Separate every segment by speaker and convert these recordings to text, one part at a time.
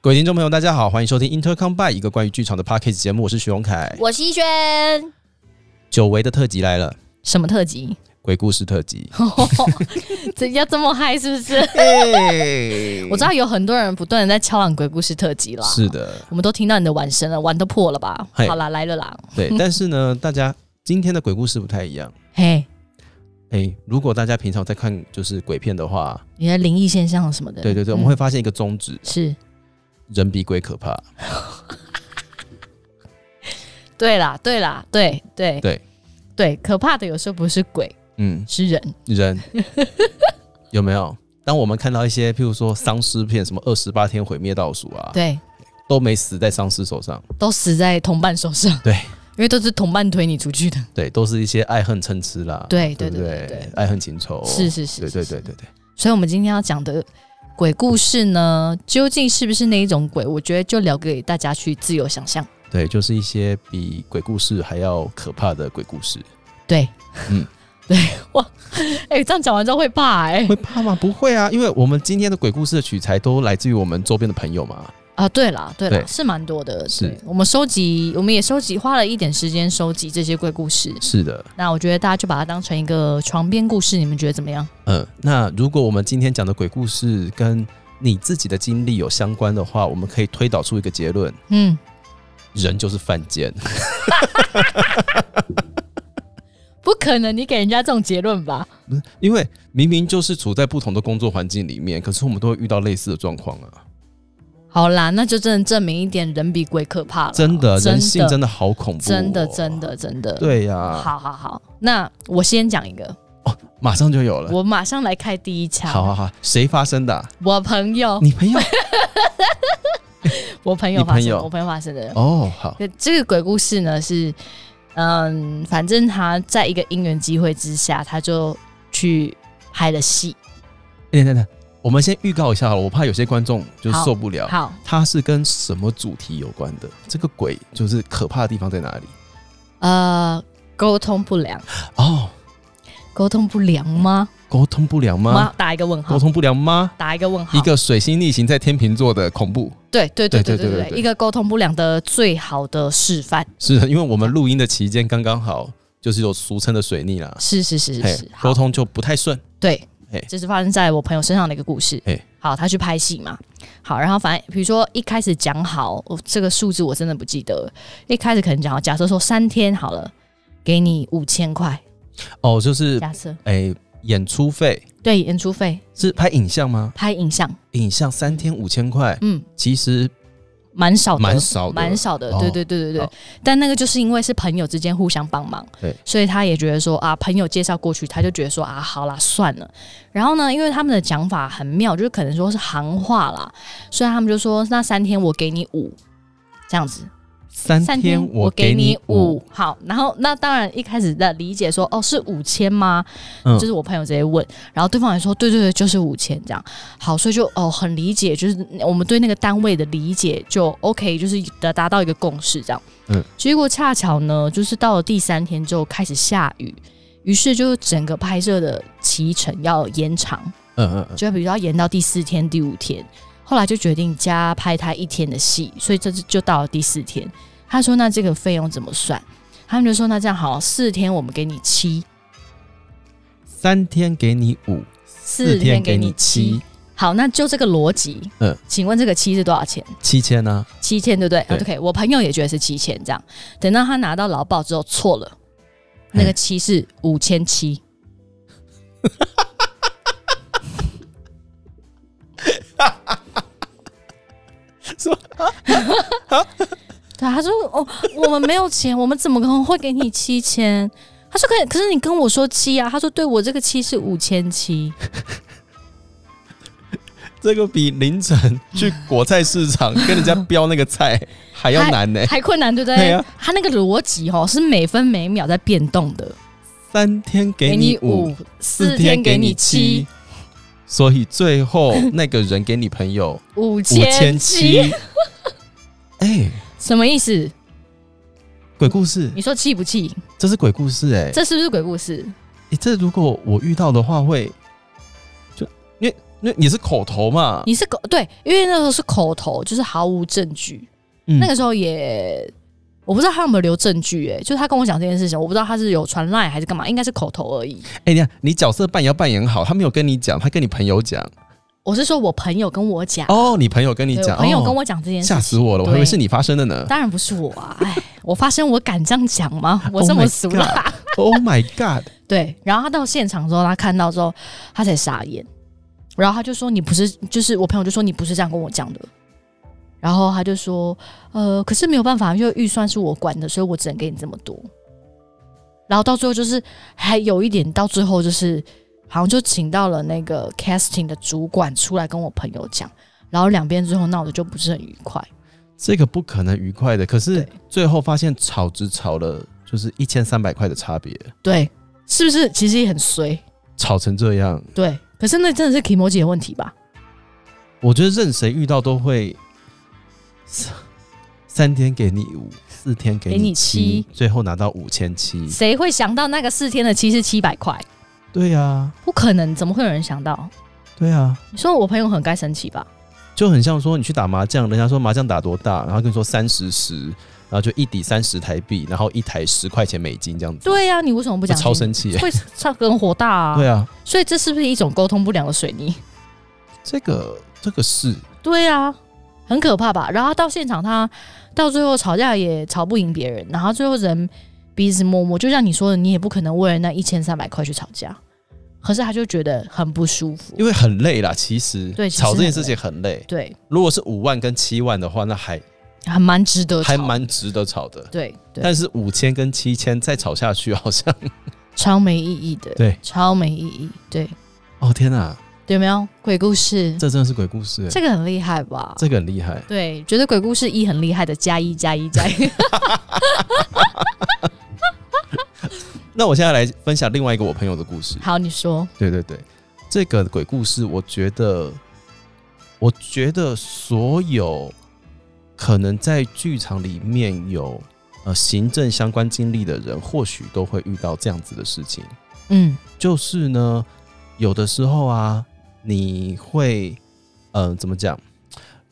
Speaker 1: 各位听众朋友，大家好，欢迎收听 Intercom by 一个关于剧场的 p a c k a g e 节目，我是徐荣凯。
Speaker 2: 我是一轩，
Speaker 1: 久违的特辑来了，
Speaker 2: 什么特辑？
Speaker 1: 鬼故事特辑。
Speaker 2: 这要这么嗨是 不是？我知道有很多人不断的在敲碗鬼故事特辑啦，
Speaker 1: 是，的，
Speaker 2: 我们都听到你的碗声了，碗都破了吧？
Speaker 1: 嘿
Speaker 2: 好啦，来了啦，
Speaker 1: 对。但是呢，大家今天的鬼故事不太一样。
Speaker 2: 嘿，
Speaker 1: 哎、如果大家平常在看就是鬼片的话，
Speaker 2: 你的灵异现象什么的，
Speaker 1: 对对对，我们
Speaker 2: 嗯
Speaker 1: 会发现一个宗旨：
Speaker 2: 是
Speaker 1: 人比鬼可怕。
Speaker 2: 对啦，对啦，对对
Speaker 1: 对，
Speaker 2: 对，可怕的有时候不是鬼，
Speaker 1: 嗯，
Speaker 2: 是人，
Speaker 1: 人有没有？当我们看到一些譬如说丧尸片，什么二十八天毁灭倒数啊，
Speaker 2: 对，
Speaker 1: 都没死在丧尸手上，
Speaker 2: 都死在同伴手上，
Speaker 1: 对，
Speaker 2: 因为都是同伴推你出去的，
Speaker 1: 对，都是一些爱恨参差啦，
Speaker 2: 对
Speaker 1: 对
Speaker 2: 对
Speaker 1: 不
Speaker 2: 对对对，
Speaker 1: 爱恨情仇，
Speaker 2: 是是
Speaker 1: 哦
Speaker 2: 是，
Speaker 1: 对
Speaker 2: 是
Speaker 1: 对
Speaker 2: 是
Speaker 1: 对对对，
Speaker 2: 所以，我们今天要讲的鬼故事呢，究竟是不是那一种鬼？我觉得就留给大家去自由想象。
Speaker 1: 对，就是一些比鬼故事还要可怕的鬼故事，
Speaker 2: 对，
Speaker 1: 嗯，
Speaker 2: 对，哇，哎、这样讲完之后会怕 哎、
Speaker 1: 会怕吗？不会啊，因为我们今天的鬼故事的取材都来自于我们周边的朋友嘛，
Speaker 2: 啊，对啦，对啦，
Speaker 1: 对
Speaker 2: 是蛮多的。
Speaker 1: 是
Speaker 2: 对我们收集，我们也收集，花了一点时间收集这些鬼故事。
Speaker 1: 是的，
Speaker 2: 那我觉得大家就把它当成一个床边故事，你们觉得怎么样？
Speaker 1: 嗯，那如果我们今天讲的鬼故事跟你自己的经历有相关的话，我们可以推导出一个结论：
Speaker 2: 嗯，
Speaker 1: 人就是犯贱。
Speaker 2: 不可能，你给人家这种结论吧？
Speaker 1: 不是，因为明明就是处在不同的工作环境里面，可是我们都会遇到类似的状况啊！
Speaker 2: 好啦，那就真的证明一点，人比鬼可怕了。
Speaker 1: 啊真的，人性真的
Speaker 2: 的，
Speaker 1: 好恐怖、哦
Speaker 2: 真的，真。的，真的。
Speaker 1: 对呀、
Speaker 2: 好好好，那我先讲一个，
Speaker 1: 马上就有了。
Speaker 2: 我马上来开第一枪。
Speaker 1: 好好好，谁发生的啊、
Speaker 2: 我朋友，
Speaker 1: 你朋友？
Speaker 2: 我朋友
Speaker 1: 你
Speaker 2: 发
Speaker 1: 朋
Speaker 2: 生
Speaker 1: 友
Speaker 2: 的，我朋友发生的。
Speaker 1: 哦，好，
Speaker 2: 那这个鬼故事呢是，嗯，反正他在一个因缘机会之下，他就去拍了戏。
Speaker 1: 等等等，我们先预告一下好了，我怕有些观众就
Speaker 2: 好
Speaker 1: 受不了。
Speaker 2: 好，
Speaker 1: 它是跟什么主题有关的？这个鬼就是可怕的地方在哪里？
Speaker 2: 呃，沟通不良，
Speaker 1: 哦，
Speaker 2: 沟通不良吗？
Speaker 1: 沟通不良吗
Speaker 2: 吗？？打一个问
Speaker 1: 沟
Speaker 2: 号，
Speaker 1: 通不良吗？
Speaker 2: 打一个问号。
Speaker 1: 一个水星逆行在天秤座的恐怖，
Speaker 2: 对对对
Speaker 1: 对对
Speaker 2: 对对
Speaker 1: 对
Speaker 2: 对
Speaker 1: 对对
Speaker 2: 一个沟通不良的最好的示范。
Speaker 1: 是的因为我们录音的期间刚刚好，就是有俗称的水逆啦，
Speaker 2: 是是是
Speaker 1: 啊嘿
Speaker 2: 是是，好
Speaker 1: 沟通就不太顺。
Speaker 2: 对
Speaker 1: 嘿，
Speaker 2: 这是发生在我朋友身上的一个故事
Speaker 1: 嘿。
Speaker 2: 好，他去拍戏嘛，好，然后反正比如说一开始讲好，我这个数字我真的不记得了，一开始可能讲好，假设说三天好了，给你五千块，
Speaker 1: 哦，就是
Speaker 2: 假设
Speaker 1: 哎、演出费
Speaker 2: 对演出费
Speaker 1: 是拍影像吗？
Speaker 2: 拍影像，
Speaker 1: 影像三天五千块，
Speaker 2: 嗯，
Speaker 1: 其实
Speaker 2: 蛮少的，
Speaker 1: 蛮少的
Speaker 2: 哦蛮少的，
Speaker 1: 哦
Speaker 2: 对对对对对
Speaker 1: 好。
Speaker 2: 但那个就是因为是朋友之间互相帮忙，
Speaker 1: 对，
Speaker 2: 所以他也觉得说啊，朋友介绍过去，他就觉得说啊，好啦，算了。然后呢，因为他们的讲法很妙，就是可能说是行话啦，所以他们就说那三天我给你五，这样子。
Speaker 1: 三
Speaker 2: 三
Speaker 1: 天我给你五
Speaker 2: 五，，好，然后那当然一开始的理解说，哦，是五千吗？
Speaker 1: 嗯
Speaker 2: 就是我朋友直接问，然后对方也说，对对对，就是五千这样。好，所以就哦很理解，就是我们对那个单位的理解就 OK，就是达达到一个共识这样。
Speaker 1: 嗯
Speaker 2: 嗯，结果恰巧呢，就是到了第三天之后开始下雨，于是就整个拍摄的期程要延长，
Speaker 1: 嗯嗯嗯，
Speaker 2: 就比如说要延到第四天、第五天，后来就决定加拍他一天的戏，所以这就就到了第四天。他说：“那这个费用怎么算？”他们就说：“那这样好，四天我们给你七，
Speaker 1: 三天给你五，
Speaker 2: 四天给你七。，好，那就这个逻辑，
Speaker 1: 嗯
Speaker 2: 嗯，请问这个七是多少钱？
Speaker 1: 七千啊呢、
Speaker 2: 七千，对不对
Speaker 1: 对
Speaker 2: o k 我朋友也觉得是七千，这样。等到他拿到劳报之后，错了，那个
Speaker 1: 嘿
Speaker 2: 七是五 千七。
Speaker 1: 说
Speaker 2: 对，他说哦，我们没有钱，我们怎么可能会给你七千？他说可以，可是你跟我说七啊，他说对我这个七是五千七，
Speaker 1: 这个比凌晨去果菜市场跟人家标那个 菜还要难呢、
Speaker 2: 还困难对不对？
Speaker 1: 对啊
Speaker 2: 他那个逻辑哦是每分每秒在变动的，
Speaker 1: 三天给你五，，
Speaker 2: 四天给你七，，
Speaker 1: 所以最后那个人给你朋友
Speaker 2: 五
Speaker 1: 五千
Speaker 2: 千七，
Speaker 1: 七。哎、
Speaker 2: 什么意思？
Speaker 1: 鬼故事，
Speaker 2: 你说气不气？
Speaker 1: 这是鬼故事哎、
Speaker 2: 这是不是鬼故事？
Speaker 1: 诶这如果我遇到的话会，就因为因为你是口头嘛，
Speaker 2: 你是口对，因为那时候是口头，就是毫无证据。
Speaker 1: 嗯
Speaker 2: 那个时候也我不知道他有没有留证据、哎，就是他跟我讲这件事情，我不知道他是有传赖还是干嘛，应该是口头而已。
Speaker 1: 哎、你看你角色扮演要扮演好，他没有跟你讲，他跟你朋友讲。
Speaker 2: 我是说我朋友跟我讲，
Speaker 1: 哦，你朋友跟你
Speaker 2: 对
Speaker 1: 讲，
Speaker 2: 我朋友跟
Speaker 1: 哦
Speaker 2: 我讲这件事
Speaker 1: 吓
Speaker 2: 情，
Speaker 1: 死我了，我还以为
Speaker 2: 对
Speaker 1: 是你发生的呢。
Speaker 2: 当然不是我啊，哎，我发生我敢这样讲吗？我这
Speaker 1: Oh
Speaker 2: 么
Speaker 1: my
Speaker 2: 俗辣。
Speaker 1: Oh my god！
Speaker 2: 对，然后他到现场之后，他看到之后，他才傻眼，然后他就说：“你不是，就是我朋友就说你不是这样跟我讲的。”然后他就说：“呃，可是没有办法，因为预算是我管的，所以我只能给你这么多。”然后到最后就是还有一点，到最后就是好像就请到了那个 casting 的主管出来跟我朋友讲，然后两边最后闹得就不是很愉快。
Speaker 1: 这个不可能愉快的，可是
Speaker 2: 对
Speaker 1: 最后发现吵只吵了就是一千三百块的差别，
Speaker 2: 对，是不是？其实也很衰。
Speaker 1: 吵成这样，
Speaker 2: 对，可是那真的是 k i m o j i 的问题吧？
Speaker 1: 我觉得任谁遇到都会三三天给你五，四天给
Speaker 2: 给
Speaker 1: 你
Speaker 2: 你
Speaker 1: 七
Speaker 2: 七，
Speaker 1: 最后拿到五千七。
Speaker 2: 谁会想到那个四天的期是七百块？
Speaker 1: 对呀、啊，
Speaker 2: 不可能，怎么会有人想到？
Speaker 1: 对呀、啊，
Speaker 2: 你说我朋友很该生气吧？
Speaker 1: 就很像说你去打麻将，人家说麻将打多大，然后跟你说三十十，然后就一底三十台币，然后一台十块钱美金这样子，
Speaker 2: 对呀、你为什么不
Speaker 1: 我
Speaker 2: 讲？
Speaker 1: 超生 气耶、
Speaker 2: 会超跟火大啊！
Speaker 1: 对啊，
Speaker 2: 所以这是不是一种沟通不良的水泥？
Speaker 1: 这个这个是
Speaker 2: 对啊，很可怕吧？然后到现场他到最后吵架也吵不赢别人，然后最后人鼻子摸摸，就像你说的，你也不可能为了那一千三百块去吵架，可是他就觉得很不舒服。
Speaker 1: 因为很累啦，其实
Speaker 2: 对其实
Speaker 1: 吵这件事情很累。
Speaker 2: 对，
Speaker 1: 如果是五万跟七万的话，那还
Speaker 2: 还蛮值得吵，
Speaker 1: 还蛮值得吵的。
Speaker 2: 对对，
Speaker 1: 但是五千跟七千再吵下去，好像
Speaker 2: 超没意义的，
Speaker 1: 对
Speaker 2: 超没意义，对，
Speaker 1: 哦天哪、
Speaker 2: 有没有鬼故事？
Speaker 1: 这真的是鬼故事耶，
Speaker 2: 这个很厉害吧？
Speaker 1: 这个很厉害。
Speaker 2: 对，觉得鬼故事一很厉害的加一加一加一。
Speaker 1: 那我现在来分享另外一个我朋友的故事。
Speaker 2: 好，你说，
Speaker 1: 对对对，这个鬼故事，我觉得，我觉得所有可能在剧场里面有呃行政相关经历的人，或许都会遇到这样子的事情。
Speaker 2: 嗯
Speaker 1: 就是呢，有的时候啊，你会，嗯、怎么讲？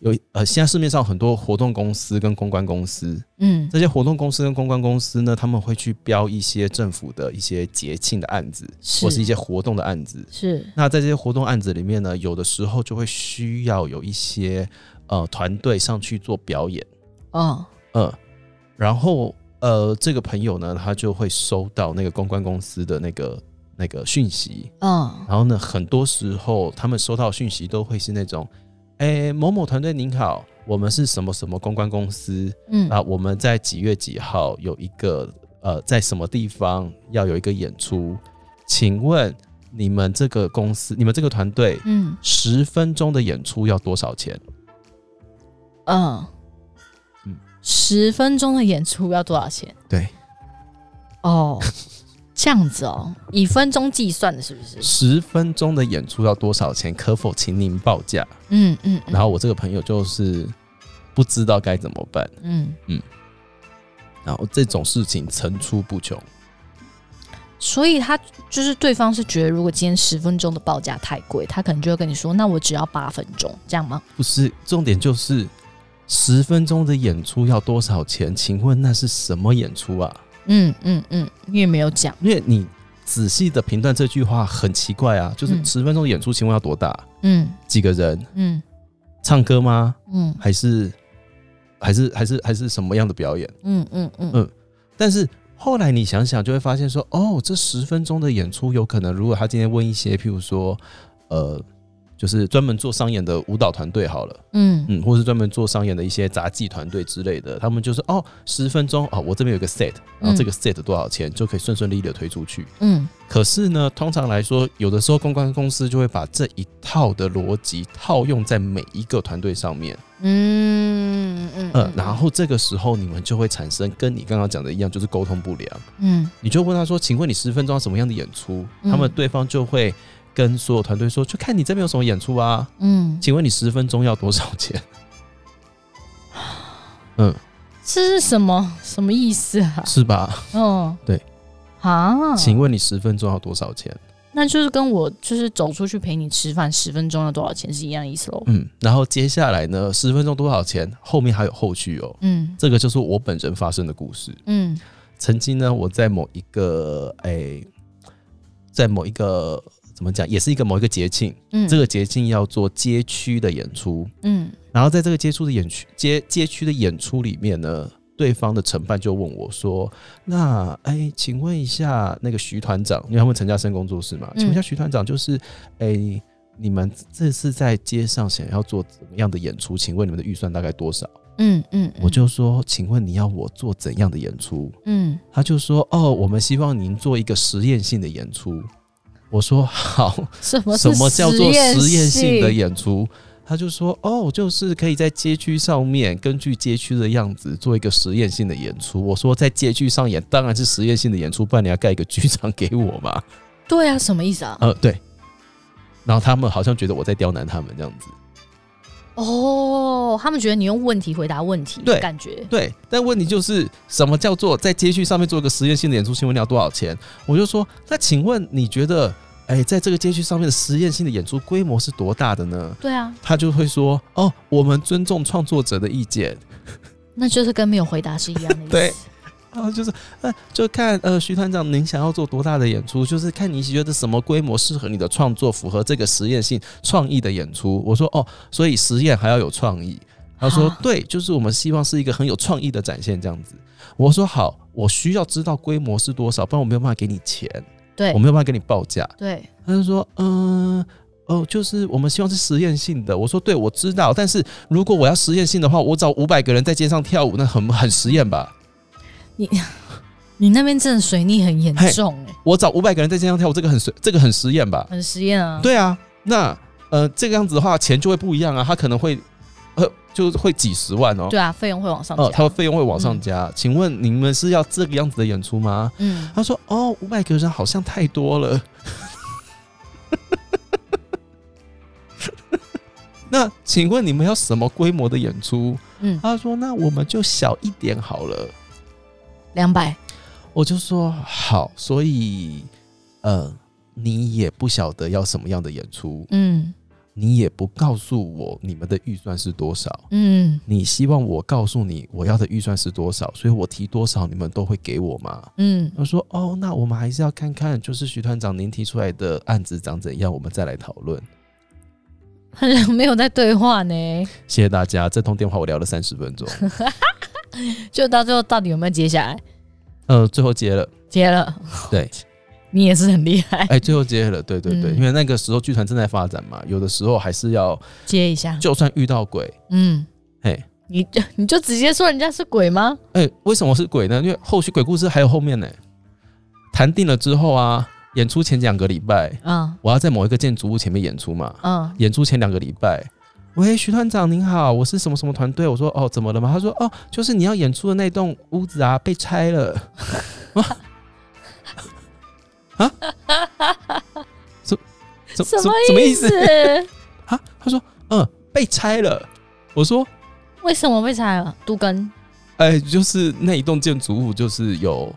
Speaker 1: 有呃，现在市面上很多活动公司跟公关公司，
Speaker 2: 嗯
Speaker 1: 这些活动公司跟公关公司呢，他们会去标一些政府的一些节庆的案子，
Speaker 2: 是
Speaker 1: 或是一些活动的案子。
Speaker 2: 是，
Speaker 1: 那在这些活动案子里面呢，有的时候就会需要有一些呃团队上去做表演，
Speaker 2: 哦，
Speaker 1: 嗯，然后呃，这个朋友呢，他就会收到那个公关公司的那个那个讯息，
Speaker 2: 嗯
Speaker 1: 然后呢，很多时候他们收到讯息都会是那种，哎，某某团队您好，我们是什么什么公关公司
Speaker 2: 嗯
Speaker 1: 啊，我们在几月几号有一个呃，在什么地方要有一个演出，请问你们这个公司，你们这个团队
Speaker 2: 嗯
Speaker 1: 十分钟的演出要多少钱？
Speaker 2: 嗯
Speaker 1: 嗯
Speaker 2: 十分钟的演出要多少钱？
Speaker 1: 对，
Speaker 2: 哦，这样子哦，以分钟计算的，是不是？
Speaker 1: 十分钟的演出要多少钱？可否请您报价？
Speaker 2: 嗯嗯，嗯
Speaker 1: 然后我这个朋友就是不知道该怎么办，
Speaker 2: 嗯，
Speaker 1: 然后这种事情层出不穷。
Speaker 2: 所以他就是对方是觉得，如果今天十分钟的报价太贵，他可能就会跟你说，那我只要八分钟，这样吗？
Speaker 1: 不是，重点就是十分钟的演出要多少钱？请问那是什么演出啊？
Speaker 2: 嗯嗯嗯，你也没有讲，
Speaker 1: 因为你仔细的评断这句话很奇怪啊，就是
Speaker 2: 嗯
Speaker 1: 十分钟的演出，请问要多大？
Speaker 2: 嗯
Speaker 1: 几个人？
Speaker 2: 嗯
Speaker 1: 唱歌吗？
Speaker 2: 嗯
Speaker 1: 还是还是还是还是什么样的表演？
Speaker 2: 嗯嗯嗯
Speaker 1: 嗯但是后来你想想，就会发现说，哦，这十分钟的演出有可能，如果他今天问一些，譬如说，呃，就是专门做商演的舞蹈团队好了，
Speaker 2: 嗯
Speaker 1: 嗯，或是专门做商演的一些杂技团队之类的，他们就是哦，十分钟哦，我这边有个 set，然后这个 set 多少钱、就可以顺顺利利的推出去。
Speaker 2: 嗯
Speaker 1: 可是呢，通常来说，有的时候公关公司就会把这一套的逻辑套用在每一个团队上面，
Speaker 2: 嗯嗯
Speaker 1: 嗯，然后这个时候你们就会产生跟你刚刚讲的一样，就是沟通不良。
Speaker 2: 嗯
Speaker 1: 你就问他说：“请问你十分钟要什么样的演出？”
Speaker 2: 嗯
Speaker 1: 他们对方就会跟所有团队说：“就看你这边有什么演出啊？
Speaker 2: 嗯，
Speaker 1: 请问你十分钟要多少 钱
Speaker 2: 这是什么什么意思啊？？”
Speaker 1: 是吧？
Speaker 2: 嗯，
Speaker 1: 对
Speaker 2: 啊，
Speaker 1: 请问你十分钟要多少钱？
Speaker 2: 那就是跟我就是走出去陪你吃饭十分钟要多少钱是一样的意思喽。
Speaker 1: 嗯，然后接下来呢，十分钟多少钱？后面还有后续哦。
Speaker 2: 嗯
Speaker 1: 这个就是我本人发生的故事。
Speaker 2: 嗯
Speaker 1: 曾经呢，我在某一个诶、在某一个怎么讲，也是一个某一个节庆，
Speaker 2: 嗯，
Speaker 1: 这个节庆要做街区的演出，
Speaker 2: 嗯
Speaker 1: 然后在这个街区的演区街街区的演出里面呢，对方的承办就问我说：“那哎、请问一下那个徐团长，因为他们陈嘉生工作室嘛，
Speaker 2: 嗯
Speaker 1: 请问一下徐团长，就是哎、你们这次在街上想要做怎么样的演出？请问你们的预算大概多少？”
Speaker 2: 嗯嗯，
Speaker 1: 我就说：“请问你要我做怎样的演出？”
Speaker 2: 嗯
Speaker 1: 他就说：“哦，我们希望您做一个实验性的演出。”我说：“好。”
Speaker 2: 什么
Speaker 1: 什
Speaker 2: 是
Speaker 1: 么叫做实验性的
Speaker 2: 性？
Speaker 1: 演出？他就说哦，就是可以在街区上面根据街区的样子做一个实验性的演出。我说在街区上演当然是实验性的演出，不然你要盖一个剧场给我 嘛？
Speaker 2: 对啊，什么意思啊？
Speaker 1: 呃，对。然后他们好像觉得我在刁难他们这样子，
Speaker 2: 哦，他们觉得你用问题回答问题，
Speaker 1: 对
Speaker 2: 感觉
Speaker 1: 对。但问题就是什么叫做在街区上面做一个实验性的演出？请问你要多少钱？我就说，那请问你觉得，哎，在这个街区上面的实验性的演出规模是多大的呢？
Speaker 2: 对啊，
Speaker 1: 他就会说：“哦，我们尊重创作者的意见。
Speaker 2: 那就是跟没有回答是一样的意思。
Speaker 1: 对”然后就是，呃，就看呃，徐团长您想要做多大的演出，就是看你觉得什么规模适合你的创作，符合这个实验性创意的演出。我说：“哦，所以实验还要有创意。”他说
Speaker 2: 啊：“
Speaker 1: 对，就是我们希望是一个很有创意的展现这样子。”我说：“好，我需要知道规模是多少，不然我没有办法给你钱，
Speaker 2: 对
Speaker 1: 我没有办法给你报价。”
Speaker 2: 对，
Speaker 1: 他就说，嗯、哦，就是我们希望是实验性的。我说，对，我知道，但是如果我要实验性的话，我找五百个人在街上跳舞，那很很实验吧？
Speaker 2: 你那边真的水逆很严
Speaker 1: 嘿
Speaker 2: 重哎、
Speaker 1: 我找五百个人在街上跳舞，这个很实，这个很实验吧？
Speaker 2: 很实验啊。
Speaker 1: 对啊，那呃，这个样子的话，钱就会不一样啊，他可能会呃，就是会几十万哦。
Speaker 2: 对啊，费用会往上
Speaker 1: 哦，
Speaker 2: 加。
Speaker 1: 他的费用会往上加。请问你们是要这个样子的演出吗？
Speaker 2: 嗯，
Speaker 1: 他说：“哦，五百个人好像太多了。 那请问你们要什么规模的演出？
Speaker 2: 嗯
Speaker 1: 他说：“那我们就小一点好了。
Speaker 2: 两百，”
Speaker 1: 我就说：“好，所以，呃，你也不晓得要什么样的演出，
Speaker 2: 嗯
Speaker 1: 你也不告诉我你们的预算是多少，
Speaker 2: 嗯
Speaker 1: 你希望我告诉你我要的预算是多少，所以我提多少，你们都会给我吗？”
Speaker 2: 嗯，
Speaker 1: 他说：“哦，那我们还是要看看，就是徐团长您提出来的案子长怎样，我们再来讨论。嗯
Speaker 2: 很 没有在对话 呢，”
Speaker 1: 谢谢大家，这通电话我聊了三十分钟，
Speaker 2: 就到最后到底有没有接下来？
Speaker 1: 呃，最后接了，
Speaker 2: 接了，
Speaker 1: 对，
Speaker 2: 你也是很厉害，
Speaker 1: 哎、最后接了，对对对，
Speaker 2: 嗯
Speaker 1: 因为那个时候剧团正在发展嘛，有的时候还是要，
Speaker 2: 接一下，
Speaker 1: 就算遇到鬼，
Speaker 2: 嗯，
Speaker 1: 嘿，
Speaker 2: 你就你就直接说人家是鬼吗？
Speaker 1: 哎、为什么是鬼呢？因为后续鬼故事还有后面呢、谈定了之后啊，演出前两个礼拜，
Speaker 2: 嗯
Speaker 1: 我要在某一个建筑物前面演出嘛，
Speaker 2: 嗯
Speaker 1: 演出前两个礼拜，喂，徐团长您好，我是什么什么团队？我说哦，怎么了吗？他说哦，就是你要演出的那栋屋子啊，被拆了。 啊啊！什什
Speaker 2: 什
Speaker 1: 什
Speaker 2: 么
Speaker 1: 什么
Speaker 2: 意
Speaker 1: 意
Speaker 2: 思
Speaker 1: 思？ 啊？他说嗯，被拆了。我说
Speaker 2: 为什么被裁了？杜根，
Speaker 1: 哎、就是那一栋建筑物，就是有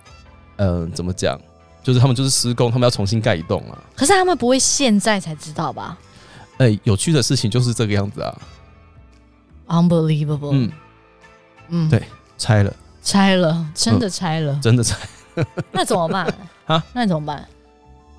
Speaker 1: 嗯、呃怎么讲？就是他们就是施工，他们要重新盖一栋啊。
Speaker 2: 可是他们不会现在才知道吧
Speaker 1: 哎、有趣的事情就是这个样子啊。
Speaker 2: ？Unbelievable，
Speaker 1: 嗯
Speaker 2: 嗯，嗯
Speaker 1: 对拆了，
Speaker 2: 拆了，真的拆了，
Speaker 1: 真的拆了
Speaker 2: 那怎么 办
Speaker 1: 啊？
Speaker 2: 那怎么办？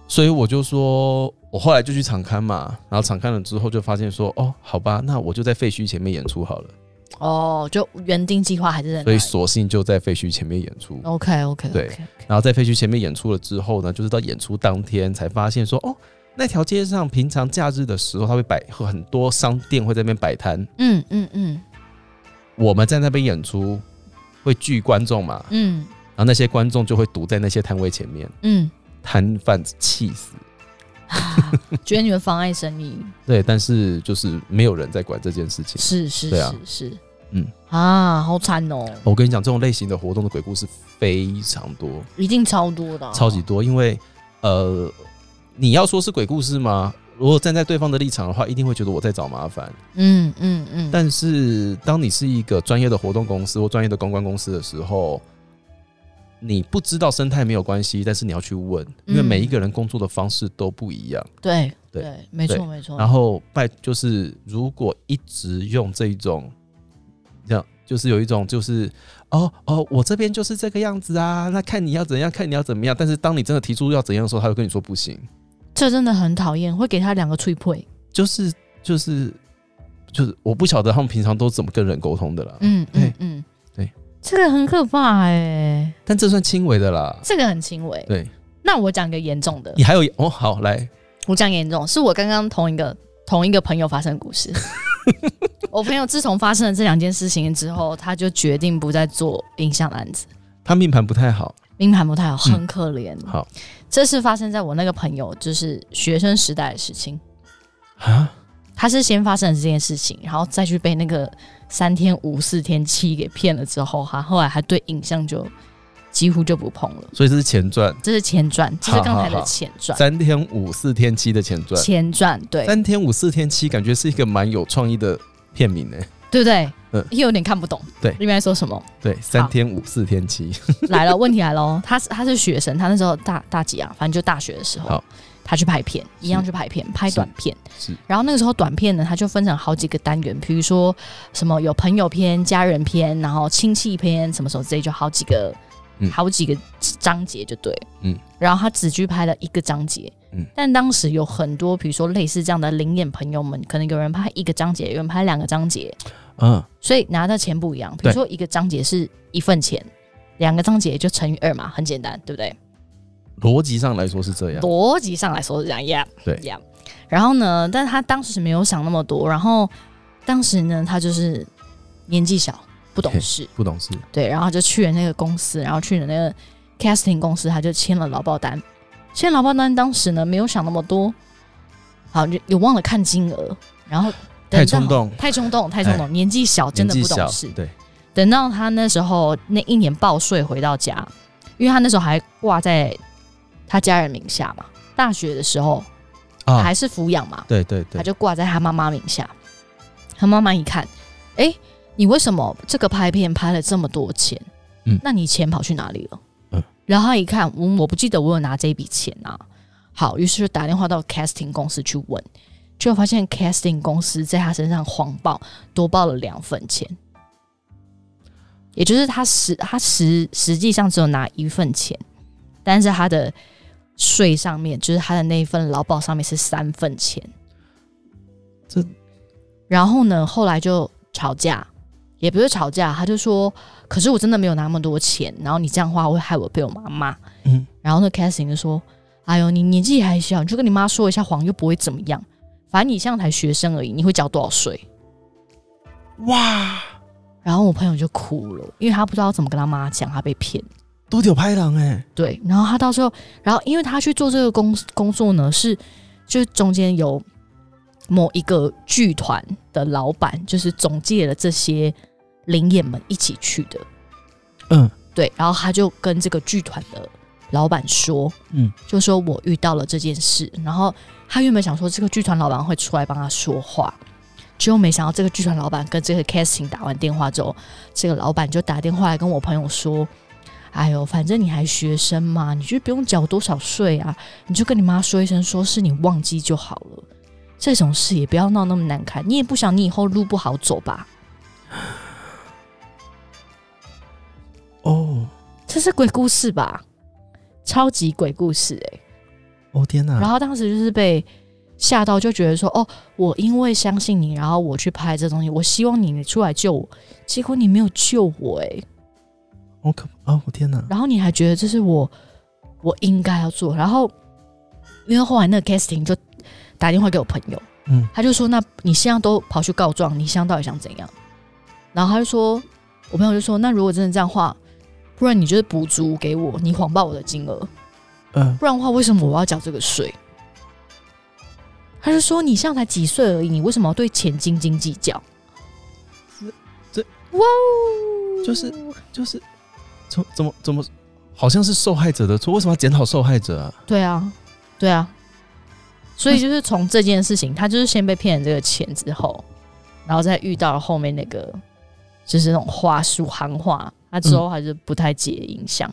Speaker 1: 所以我就说，我后来就去场刊嘛，然后场刊了之后就发现说，哦，好吧，那我就在废墟前面演出好了，
Speaker 2: 哦，就原定计划还是
Speaker 1: 所
Speaker 2: 在那
Speaker 1: 以
Speaker 2: 里。
Speaker 1: 索性就在废墟前面演出。
Speaker 2: OK OK
Speaker 1: 对
Speaker 2: OK，
Speaker 1: 然后在废墟前面演出了之后呢，就是到演出当天才发现说，哦，那条街上平常假日的时候，它会摆很多商店会在那边摆摊，
Speaker 2: 嗯嗯嗯
Speaker 1: 我们在那边演出会聚观众嘛，
Speaker 2: 嗯
Speaker 1: 然后那些观众就会堵在那些摊位前面，
Speaker 2: 嗯，
Speaker 1: 摊贩子气死。
Speaker 2: 啊觉得你们妨碍生意，
Speaker 1: 对，但是就是没有人在管这件事情。
Speaker 2: 是 是
Speaker 1: 对啊
Speaker 2: 是是，
Speaker 1: 嗯
Speaker 2: 啊，好惨哦，
Speaker 1: 我跟你讲，这种类型的活动的鬼故事非常多，
Speaker 2: 一定超多的啊，
Speaker 1: 超级多。因为呃，你要说是鬼故事吗？如果站在对方的立场的话，一定会觉得我在找麻烦。
Speaker 2: 嗯嗯嗯，
Speaker 1: 但是当你是一个专业的活动公司或专业的公关公司的时候，你不知道生态没有关系，但是你要去问，因为
Speaker 2: 嗯
Speaker 1: 每一个人工作的方式都不一样。
Speaker 2: 对
Speaker 1: 对
Speaker 2: 对，没
Speaker 1: 对
Speaker 2: 错没错。
Speaker 1: 然后拜就是，如果一直用这一种，这样就是有一种就是哦哦，我这边就是这个样子啊，那看你要怎样，看你要怎么样。但是当你真的提出要怎样的时候，他会跟你说不行，
Speaker 2: 这真的很讨厌，会给他两个脆配。
Speaker 1: 就是就是就是，我不晓得他们平常都怎么跟人沟通的啦。
Speaker 2: 嗯
Speaker 1: 对
Speaker 2: 嗯嗯，
Speaker 1: 对，
Speaker 2: 这个很可怕哎、
Speaker 1: 但这算轻微的啦。
Speaker 2: 这个很轻微。
Speaker 1: 对
Speaker 2: 那我讲一个严重的，
Speaker 1: 你还有哦，好来，
Speaker 2: 我讲严重，是我刚刚同一个同一个朋友发生的 故事。我朋友自从发生了这两件事情之后，他就决定不再做影像案子，
Speaker 1: 他命盘不太好，
Speaker 2: 命盘不太好，很可怜。
Speaker 1: 好
Speaker 2: 这是发生在我那个朋友就是学生时代的事情。
Speaker 1: 啊，
Speaker 2: 他是先发生了这件事情，然后再去被那个三天五四天七给骗了之后，他后来他对影像就几乎就不碰了。
Speaker 1: 所以这是前传，
Speaker 2: 这是前传，这是刚才
Speaker 1: 好好
Speaker 2: 的
Speaker 1: 好
Speaker 2: 前传，
Speaker 1: 三天五四天七的前传，
Speaker 2: 前传对
Speaker 1: 三天五四天七，感觉是一个蛮有创意的片名呢、
Speaker 2: 对不对？
Speaker 1: 嗯
Speaker 2: 又有点看不懂，
Speaker 1: 对
Speaker 2: 里面在说什么？
Speaker 1: 对，三天五四天七，
Speaker 2: 来了，问题来了哦，他是他是学生，他那时候大大几啊？反正就大学的时候
Speaker 1: 好，
Speaker 2: 他去拍片，一样
Speaker 1: 是
Speaker 2: 去拍片，拍
Speaker 1: 是
Speaker 2: 短片。
Speaker 1: 是
Speaker 2: 然后那个时候短片呢，它就分成好几个单元，比如说什么有朋友篇、家人篇，然后亲戚篇，什么什么之类，就好几个、
Speaker 1: 嗯
Speaker 2: 好几个章节就对。
Speaker 1: 嗯
Speaker 2: 嗯，然后他只去拍了一个章节。
Speaker 1: 嗯
Speaker 2: 嗯，但当时有很多，比如说类似这样的灵眼朋友们，可能有人拍一个章节，有人拍两个章节，
Speaker 1: 嗯，
Speaker 2: 所以拿的钱不一样。比
Speaker 1: 对
Speaker 2: 如说一个章节是一份钱，两个章节就乘以二嘛，很简单，对不对？
Speaker 1: 逻辑上来说是这样，
Speaker 2: 逻辑上来说是这样，Yeah，
Speaker 1: 啊对
Speaker 2: ，Yeah。然后呢，但是他当时没有想那么多，然后当时呢，他就是年纪小，不懂
Speaker 1: 嘿
Speaker 2: 事，
Speaker 1: 不懂事，
Speaker 2: 对，然后他就去了那个公司，然后去了那个 casting 公司，他就签了劳报单。签劳报单当时呢，没有想那么多，好，就也忘了看金额，然后
Speaker 1: 太
Speaker 2: 等到
Speaker 1: 冲，动，哎
Speaker 2: 太冲动，太冲动，年纪小，真的
Speaker 1: 年
Speaker 2: 不
Speaker 1: 纪小
Speaker 2: 懂事，。
Speaker 1: 对，
Speaker 2: 等到他那时候那一年报税回到家，因为他那时候还挂在他家人名下嘛，大学的时候
Speaker 1: 啊，
Speaker 2: 还是抚养嘛，
Speaker 1: 对对
Speaker 2: 他
Speaker 1: 对，
Speaker 2: 就挂在他妈妈名下。他妈妈一看，哎、你为什么这个拍片拍了这么多钱？
Speaker 1: 嗯
Speaker 2: 那你钱跑去哪里了？
Speaker 1: 嗯
Speaker 2: 然后他一看，嗯，我不记得我有拿这笔钱啊。好，于是就打电话到 casting 公司去问，结果发现 casting 公司在他身上谎报，多报了两份钱，也就是他实他实实际上只有拿一份钱，但是他的税上面，就是他的那一份劳保上面是三份钱。
Speaker 1: 这，
Speaker 2: 然后呢，后来就吵架，也不是吵架，他就说：“可是我真的没有拿那么多钱，然后你这样花会害我被我妈骂。”
Speaker 1: 嗯，
Speaker 2: 然后呢 c a s i n 就说：“哎呦，你年纪还小，你就跟你妈说一下谎，又不会怎么样。反正你现在才学生而已，你会缴多少税
Speaker 1: 哇，？”
Speaker 2: 然后我朋友就哭了，因为他不知道怎么跟他妈讲，他被骗。
Speaker 1: 多久拍狼哎，
Speaker 2: 对，然后他到时候，然后因为他去做这个工工作呢，是就是中间有某一个剧团的老板，就是总借了这些灵眼们一起去的，
Speaker 1: 嗯
Speaker 2: 对，然后他就跟这个剧团的老板说，
Speaker 1: 嗯，
Speaker 2: 就说我遇到了这件事，然后他原本想说这个剧团老板会出来帮他说话，结果没想到这个剧团老板跟这个 casting 打完电话之后，这个老板就打电话来跟我朋友说。哎呦，反正你还学生嘛，你就不用缴多少税啊，你就跟你妈说一声，说是你忘记就好了。这种事也不要闹那么难看，你也不想你以后路不好走吧？
Speaker 1: 哦
Speaker 2: 这是鬼故事吧？超级鬼故事哎、
Speaker 1: 哦天
Speaker 2: 然
Speaker 1: 哪，
Speaker 2: 后当时就是被吓到，就觉得说，哦，我因为相信你，然后我去拍这东西，我希望你出来救我，结果你没有救我、诶，
Speaker 1: 我可哦我天哪，
Speaker 2: 然后你还觉得这是我我应该要做，然后因为后来那个 casting 就打电话给我朋友，
Speaker 1: 嗯
Speaker 2: 他就说，那你现在都跑去告状，你现在到底想怎样？然后他就说，我朋友就说，那如果真的这样的话，不然你就是补足给我，你谎报我的金额，
Speaker 1: 嗯
Speaker 2: 不然的话，为什么我要缴这个税？他就说：“你现在才几岁而已，你为什么要对钱斤斤计较？”
Speaker 1: 这
Speaker 2: 哇哦，
Speaker 1: 就是就是怎怎么怎么好像是受害者的错，为什么要检讨受害者啊？
Speaker 2: 对啊，对啊。所以就是从这件事情，他就是先被骗了这个钱之后，然后再遇到了后面那个就是那种话术行话，他之后还是不太解影响，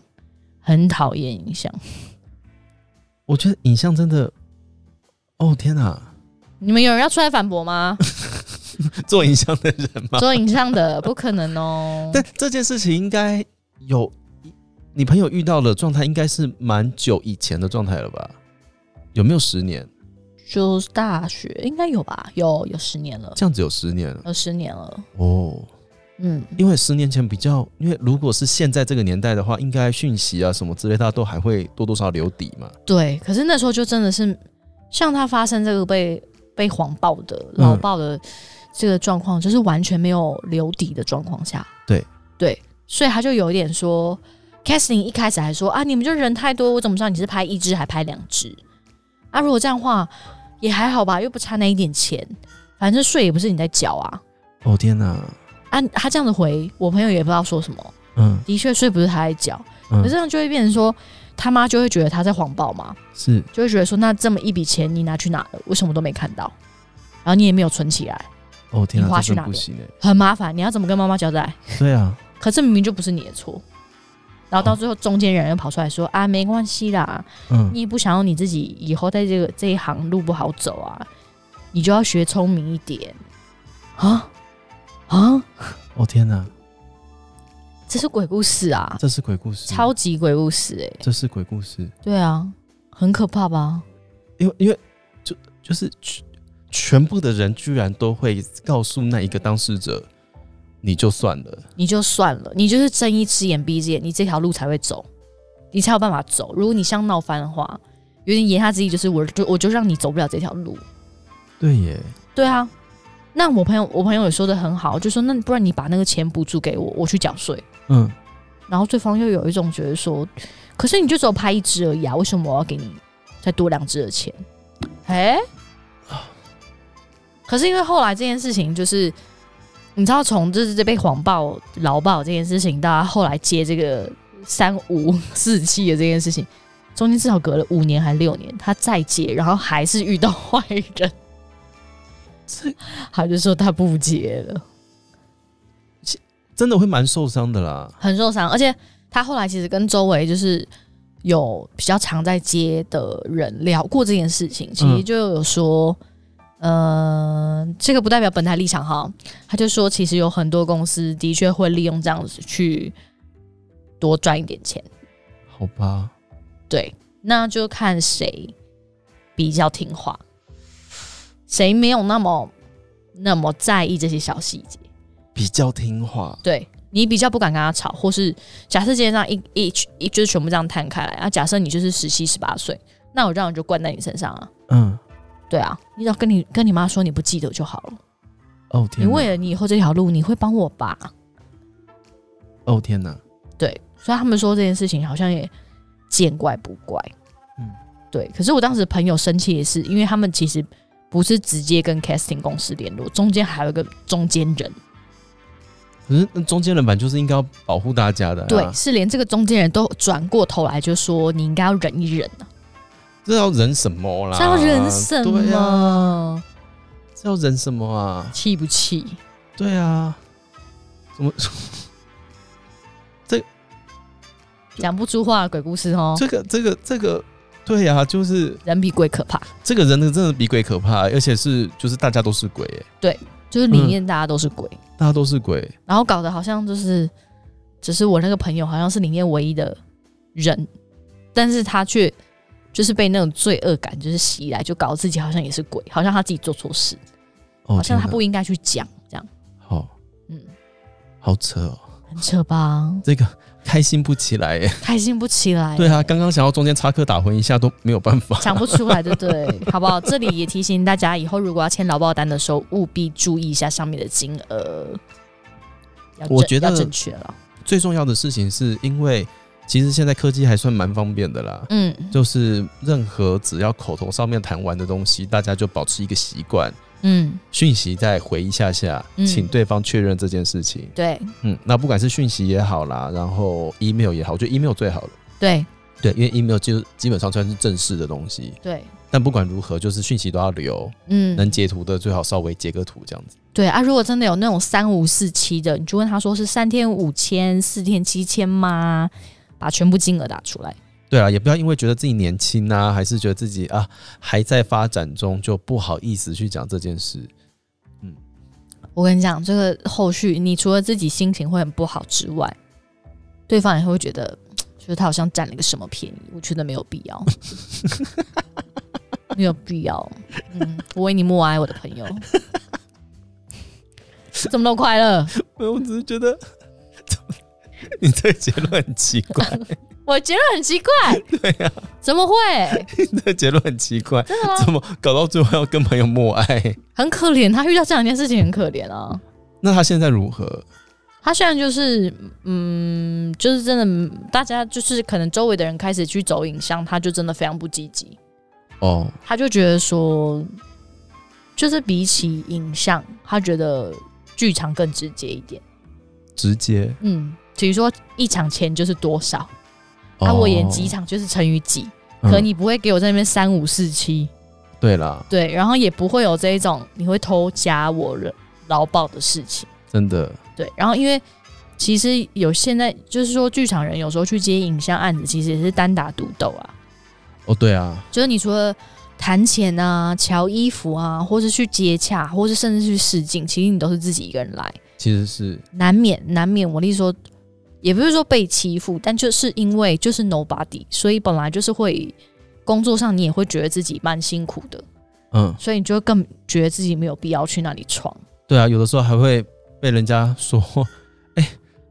Speaker 2: 很讨厌影像。
Speaker 1: 我觉得影像真的，哦天哪，
Speaker 2: 你们有人要出来反驳吗？
Speaker 1: 做影像的人吗？
Speaker 2: 做影像的不可能 哦。
Speaker 1: 但这件事情应该有你朋友遇到的状态，应该是蛮久以前的状态了吧？有没有十年？
Speaker 2: 就是大学应该有吧？有有十年了，
Speaker 1: 这样子有十年了
Speaker 2: 有十年了。
Speaker 1: 哦。
Speaker 2: 嗯，
Speaker 1: 因为十年前比较，因为如果是现在这个年代的话，应该讯息啊什么之类，大家都还会多多少少留底嘛。
Speaker 2: 对。可是那时候就真的是，像他发生这个被被谎报的、老
Speaker 1: 嗯
Speaker 2: 报的这个状况，就是完全没有留底的状况下，
Speaker 1: 对
Speaker 2: 对，所以他就有一点说 c a s t i n g 一开始还说啊，你们就人太多，我怎么知道你是拍一只还拍两只？啊，如果这样的话也还好吧，又不差那一点钱，反正税也不是你在缴啊。
Speaker 1: 哦天哪，
Speaker 2: 啊，他这样子回我朋友也不知道说什么，
Speaker 1: 嗯，
Speaker 2: 的确税不是他在缴，
Speaker 1: 嗯
Speaker 2: 可是这样就会变成说他妈就会觉得他在谎报嘛，
Speaker 1: 是
Speaker 2: 就会觉得说那这么一笔钱你拿去哪了？为什么都没看到？然后你也没有存起来，
Speaker 1: 哦天
Speaker 2: 你
Speaker 1: 哪，
Speaker 2: 花
Speaker 1: 这
Speaker 2: 去
Speaker 1: 真
Speaker 2: 哪
Speaker 1: 不
Speaker 2: 边
Speaker 1: 行哎。
Speaker 2: 很麻烦，你要怎么跟妈妈交代？
Speaker 1: 对啊，
Speaker 2: 可这明明就不是你的错。然后到最后，中间人又跑出来说：“啊，没关系啦，
Speaker 1: 嗯，
Speaker 2: 你也不想要你自己以后在这个这一行路不好走啊，你就要学聪明一点啊啊！
Speaker 1: 哦天哪，
Speaker 2: 这是鬼故事啊，
Speaker 1: 这是鬼故事，
Speaker 2: 超级鬼故事哎、
Speaker 1: 这是鬼故事，
Speaker 2: 对啊，很可怕吧？
Speaker 1: 因为因为就就是全全部的人居然都会告诉那一个当事者，你就算了，
Speaker 2: 你就算了，你就是睁一只眼闭一只眼，你这条路才会走，你才有办法走。如果你像闹翻的话，有点言下之意就是我就我就让你走不了这条路。
Speaker 1: 对耶，
Speaker 2: 对啊，那我朋友我朋友也说的很好，就说那不然你把那个钱补助给我，我去缴税。
Speaker 1: 嗯，
Speaker 2: 然后对方又有一种觉得说，可是你就只有拍一只而已啊，为什么我要给你再多两只的钱？哎、 可是因为后来这件事情就是，你知道从就是这被谎报、劳报这件事情，到他后来接这个三五四七的这件事情，中间至少隔了五年还六年，他再接，然后还是遇到坏人，
Speaker 1: 这
Speaker 2: 他就说他不接了。
Speaker 1: 真的会蛮受伤的啦。
Speaker 2: 很受伤，而且他后来其实跟周围就是有比较常在接的人聊过这件事情，其实就有说，呃，这个不代表本台立场哈，他就说其实有很多公司的确会利用这样子去多赚一点钱，
Speaker 1: 好吧，
Speaker 2: 对，那就看谁比较听话，谁没有那么那么在意这些小细节。
Speaker 1: 比较听话，
Speaker 2: 对你比较不敢跟他吵，或是假设今天这样一一一就是全部这样摊开来啊，假设你就是十七十八岁，那我这样就灌在你身上啊，
Speaker 1: 嗯，
Speaker 2: 对啊，你只要跟你跟你妈说你不记得就好了，
Speaker 1: 哦
Speaker 2: 你
Speaker 1: 天哪，
Speaker 2: 为了你以后这条路你会帮我吧？
Speaker 1: 哦天哪，
Speaker 2: 对，所以他们说这件事情好像也见怪不怪，
Speaker 1: 嗯
Speaker 2: 嗯，对。可是我当时朋友生气也是，因为他们其实不是直接跟 casting 公司联络，中间还有一个中间人，
Speaker 1: 可是那中间人版就是应该要保护大家的、啊，
Speaker 2: 对，是连这个中间人都转过头来就说你应该要忍一忍啊。
Speaker 1: 这要忍什么啦？
Speaker 2: 这要忍什
Speaker 1: 对啊，
Speaker 2: 么？
Speaker 1: 这要忍什么啊？
Speaker 2: 气、不气？
Speaker 1: 对啊，怎么
Speaker 2: 讲不出话的鬼故事哦，
Speaker 1: 这个这个这个？对呀、啊，就是
Speaker 2: 人比鬼可怕，
Speaker 1: 这个人的真的比鬼可怕，而且是就是大家都是鬼、欸，
Speaker 2: 就是里面大家都是鬼，
Speaker 1: 大家都是鬼，
Speaker 2: 然后搞得好像就是，只是我那个朋友好像是里面唯一的人，但是他却就是被那种罪恶感就是袭来，就搞得自己好像也是鬼，好像他自己做错事，
Speaker 1: 哦、
Speaker 2: 好像
Speaker 1: 天
Speaker 2: 他
Speaker 1: 哪
Speaker 2: 不应该去讲，这样，
Speaker 1: 好
Speaker 2: 嗯，
Speaker 1: 好扯哦，
Speaker 2: 很扯吧？
Speaker 1: 这个开心不起来、欸，
Speaker 2: 开心不起来，
Speaker 1: 对啊，刚刚想要中间插科打诨一下都没有办法，
Speaker 2: 想不出来，对不对？ 好不好？这里也提醒大家，以后如果要签劳保单的时候，务必注意一下上面的金额。要
Speaker 1: 我
Speaker 2: 正
Speaker 1: 觉得
Speaker 2: 要正确了，
Speaker 1: 最重要的事情是因为其实现在科技还算蛮方便的啦，
Speaker 2: 嗯，
Speaker 1: 就是任何只要口头上面谈完的东西，大家就保持一个习惯，
Speaker 2: 嗯，
Speaker 1: 讯息再回一下下，
Speaker 2: 嗯
Speaker 1: 请对方确认这件事情。
Speaker 2: 对
Speaker 1: 嗯，那不管是讯息也好啦，然后 email 也好，我觉得 email 最好了。
Speaker 2: 对
Speaker 1: 对，因为 email 就基本上算是正式的东西，
Speaker 2: 对，
Speaker 1: 但不管如何，就是讯息都要留，能
Speaker 2: 嗯，
Speaker 1: 截图的最好稍微截个图这样子。
Speaker 2: 对啊。如果真的有那种三五四七的，你就问他说是三天五千、四天七千吗？把全部金额打出来。
Speaker 1: 对啊，也不要因为觉得自己年轻啊，还是觉得自己啊还在发展中，就不好意思去讲这件事。
Speaker 2: 我跟你讲，这个后续你除了自己心情会很不好之外，对方也会觉得，就是他好像占了一个什么便宜，我觉得没有必 要，没有必要。嗯，我为你默哀，我的朋友，怎么那么快乐？
Speaker 1: 没有，我只是觉得， 你这个结论很奇怪，
Speaker 2: 我觉得很奇怪，
Speaker 1: 对呀、
Speaker 2: 怎么会？
Speaker 1: 你这结论很奇怪，
Speaker 2: 真的吗？
Speaker 1: 怎么搞到最后要跟朋友默哀？
Speaker 2: 很可怜，他遇到这两件事情很可怜啊。
Speaker 1: 那他现在如何？
Speaker 2: 他虽然就是，嗯，就是真的，嗯大家就是可能周围的人开始去走影像，他就真的非常不积极。
Speaker 1: 哦，
Speaker 2: 他就觉得说，就是比起影像，他觉得剧场更直接一点。
Speaker 1: 直接。
Speaker 2: 嗯，比如说一场钱就是多少，那、
Speaker 1: 哦
Speaker 2: 我演几场就是乘以几，
Speaker 1: 嗯
Speaker 2: 可你不会给我在那边三五四七，
Speaker 1: 对啦，
Speaker 2: 对，然后也不会有这一种你会偷加我人劳保的事情，
Speaker 1: 真的，
Speaker 2: 对，然后因为。其实有现在就是说，剧场人有时候去接影像案子，其实也是单打独斗啊。
Speaker 1: 哦，对啊，
Speaker 2: 就是你除了谈钱啊、瞧衣服啊，或是去接洽，或是甚至去试镜，其实你都是自己一个人来，
Speaker 1: 其实是
Speaker 2: 难免难免。我例说，也不是说被欺负，但就是因为就是 nobody，所以本来就是会工作上你也会觉得自己蛮辛苦的，
Speaker 1: 嗯，
Speaker 2: 所以你就会更觉得自己没有必要去那里闯。
Speaker 1: 对啊，有的时候还会被人家说，哎、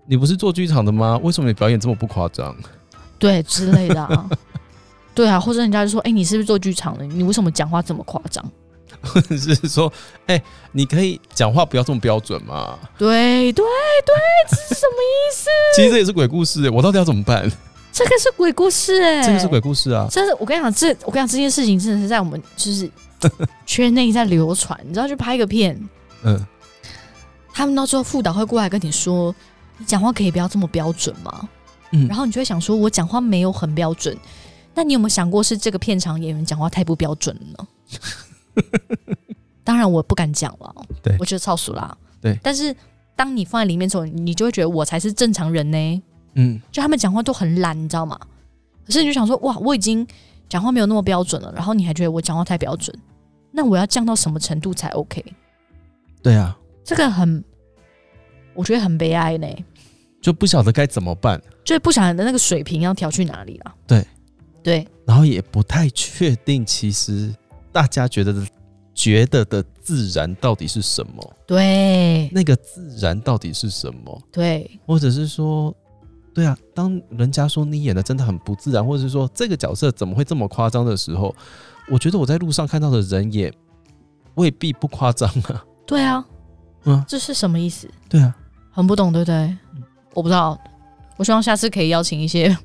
Speaker 1: 你不是做剧场的吗？为什么你表演这么不夸张？
Speaker 2: 对之类的啊。 对啊，或者人家就说：“哎、你是不是做剧场的？你为什么讲话这么夸张
Speaker 1: 或者是说，哎、你可以讲话不要这么标准嘛？？”
Speaker 2: 对对对，这是什么意思？
Speaker 1: 其实这也是鬼故事、欸我到底要怎么办？
Speaker 2: 这个是鬼故事哎、
Speaker 1: 这个是鬼故事啊，
Speaker 2: 真是我跟你讲，这我跟你讲这件事情真的是在我们就是 圈内在流传。你知道，去拍一个片，
Speaker 1: 嗯，
Speaker 2: 他们到最后副导会过来跟你说，你讲话可以不要这么标准吗？
Speaker 1: 嗯
Speaker 2: 然后你就会想说，我讲话没有很标准，那你有没有想过是这个片场演员讲话太不标准了呢？ 当然我不敢讲了，
Speaker 1: 对
Speaker 2: 我觉得超俗啦。
Speaker 1: 对
Speaker 2: 但是当你放在里面之后，你就会觉得我才是正常人呢、
Speaker 1: 嗯，
Speaker 2: 就他们讲话都很懒，你知道吗？可是你就想说，哇，我已经讲话没有那么标准了，然后你还觉得我讲话太标准，那我要降到什么程度才 OK？
Speaker 1: 对啊，
Speaker 2: 这个很，我觉得很悲哀呢，
Speaker 1: 就不晓得该怎么办，
Speaker 2: 就是不晓得那个水平要调去哪里了。
Speaker 1: 对，
Speaker 2: 对，
Speaker 1: 然后也不太确定，其实大家觉得的觉得的自然到底是什么？
Speaker 2: 对，
Speaker 1: 那个自然到底是什么？
Speaker 2: 对，
Speaker 1: 或者是说，对啊，当人家说你演的真的很不自然，或者是说这个角色怎么会这么夸张的时候，我觉得我在路上看到的人也未必不夸张啊。
Speaker 2: 对啊，
Speaker 1: 嗯，
Speaker 2: 这是什么意思？
Speaker 1: 对啊，
Speaker 2: 很不懂，对不对？我不知道，我希望下次可以邀请一些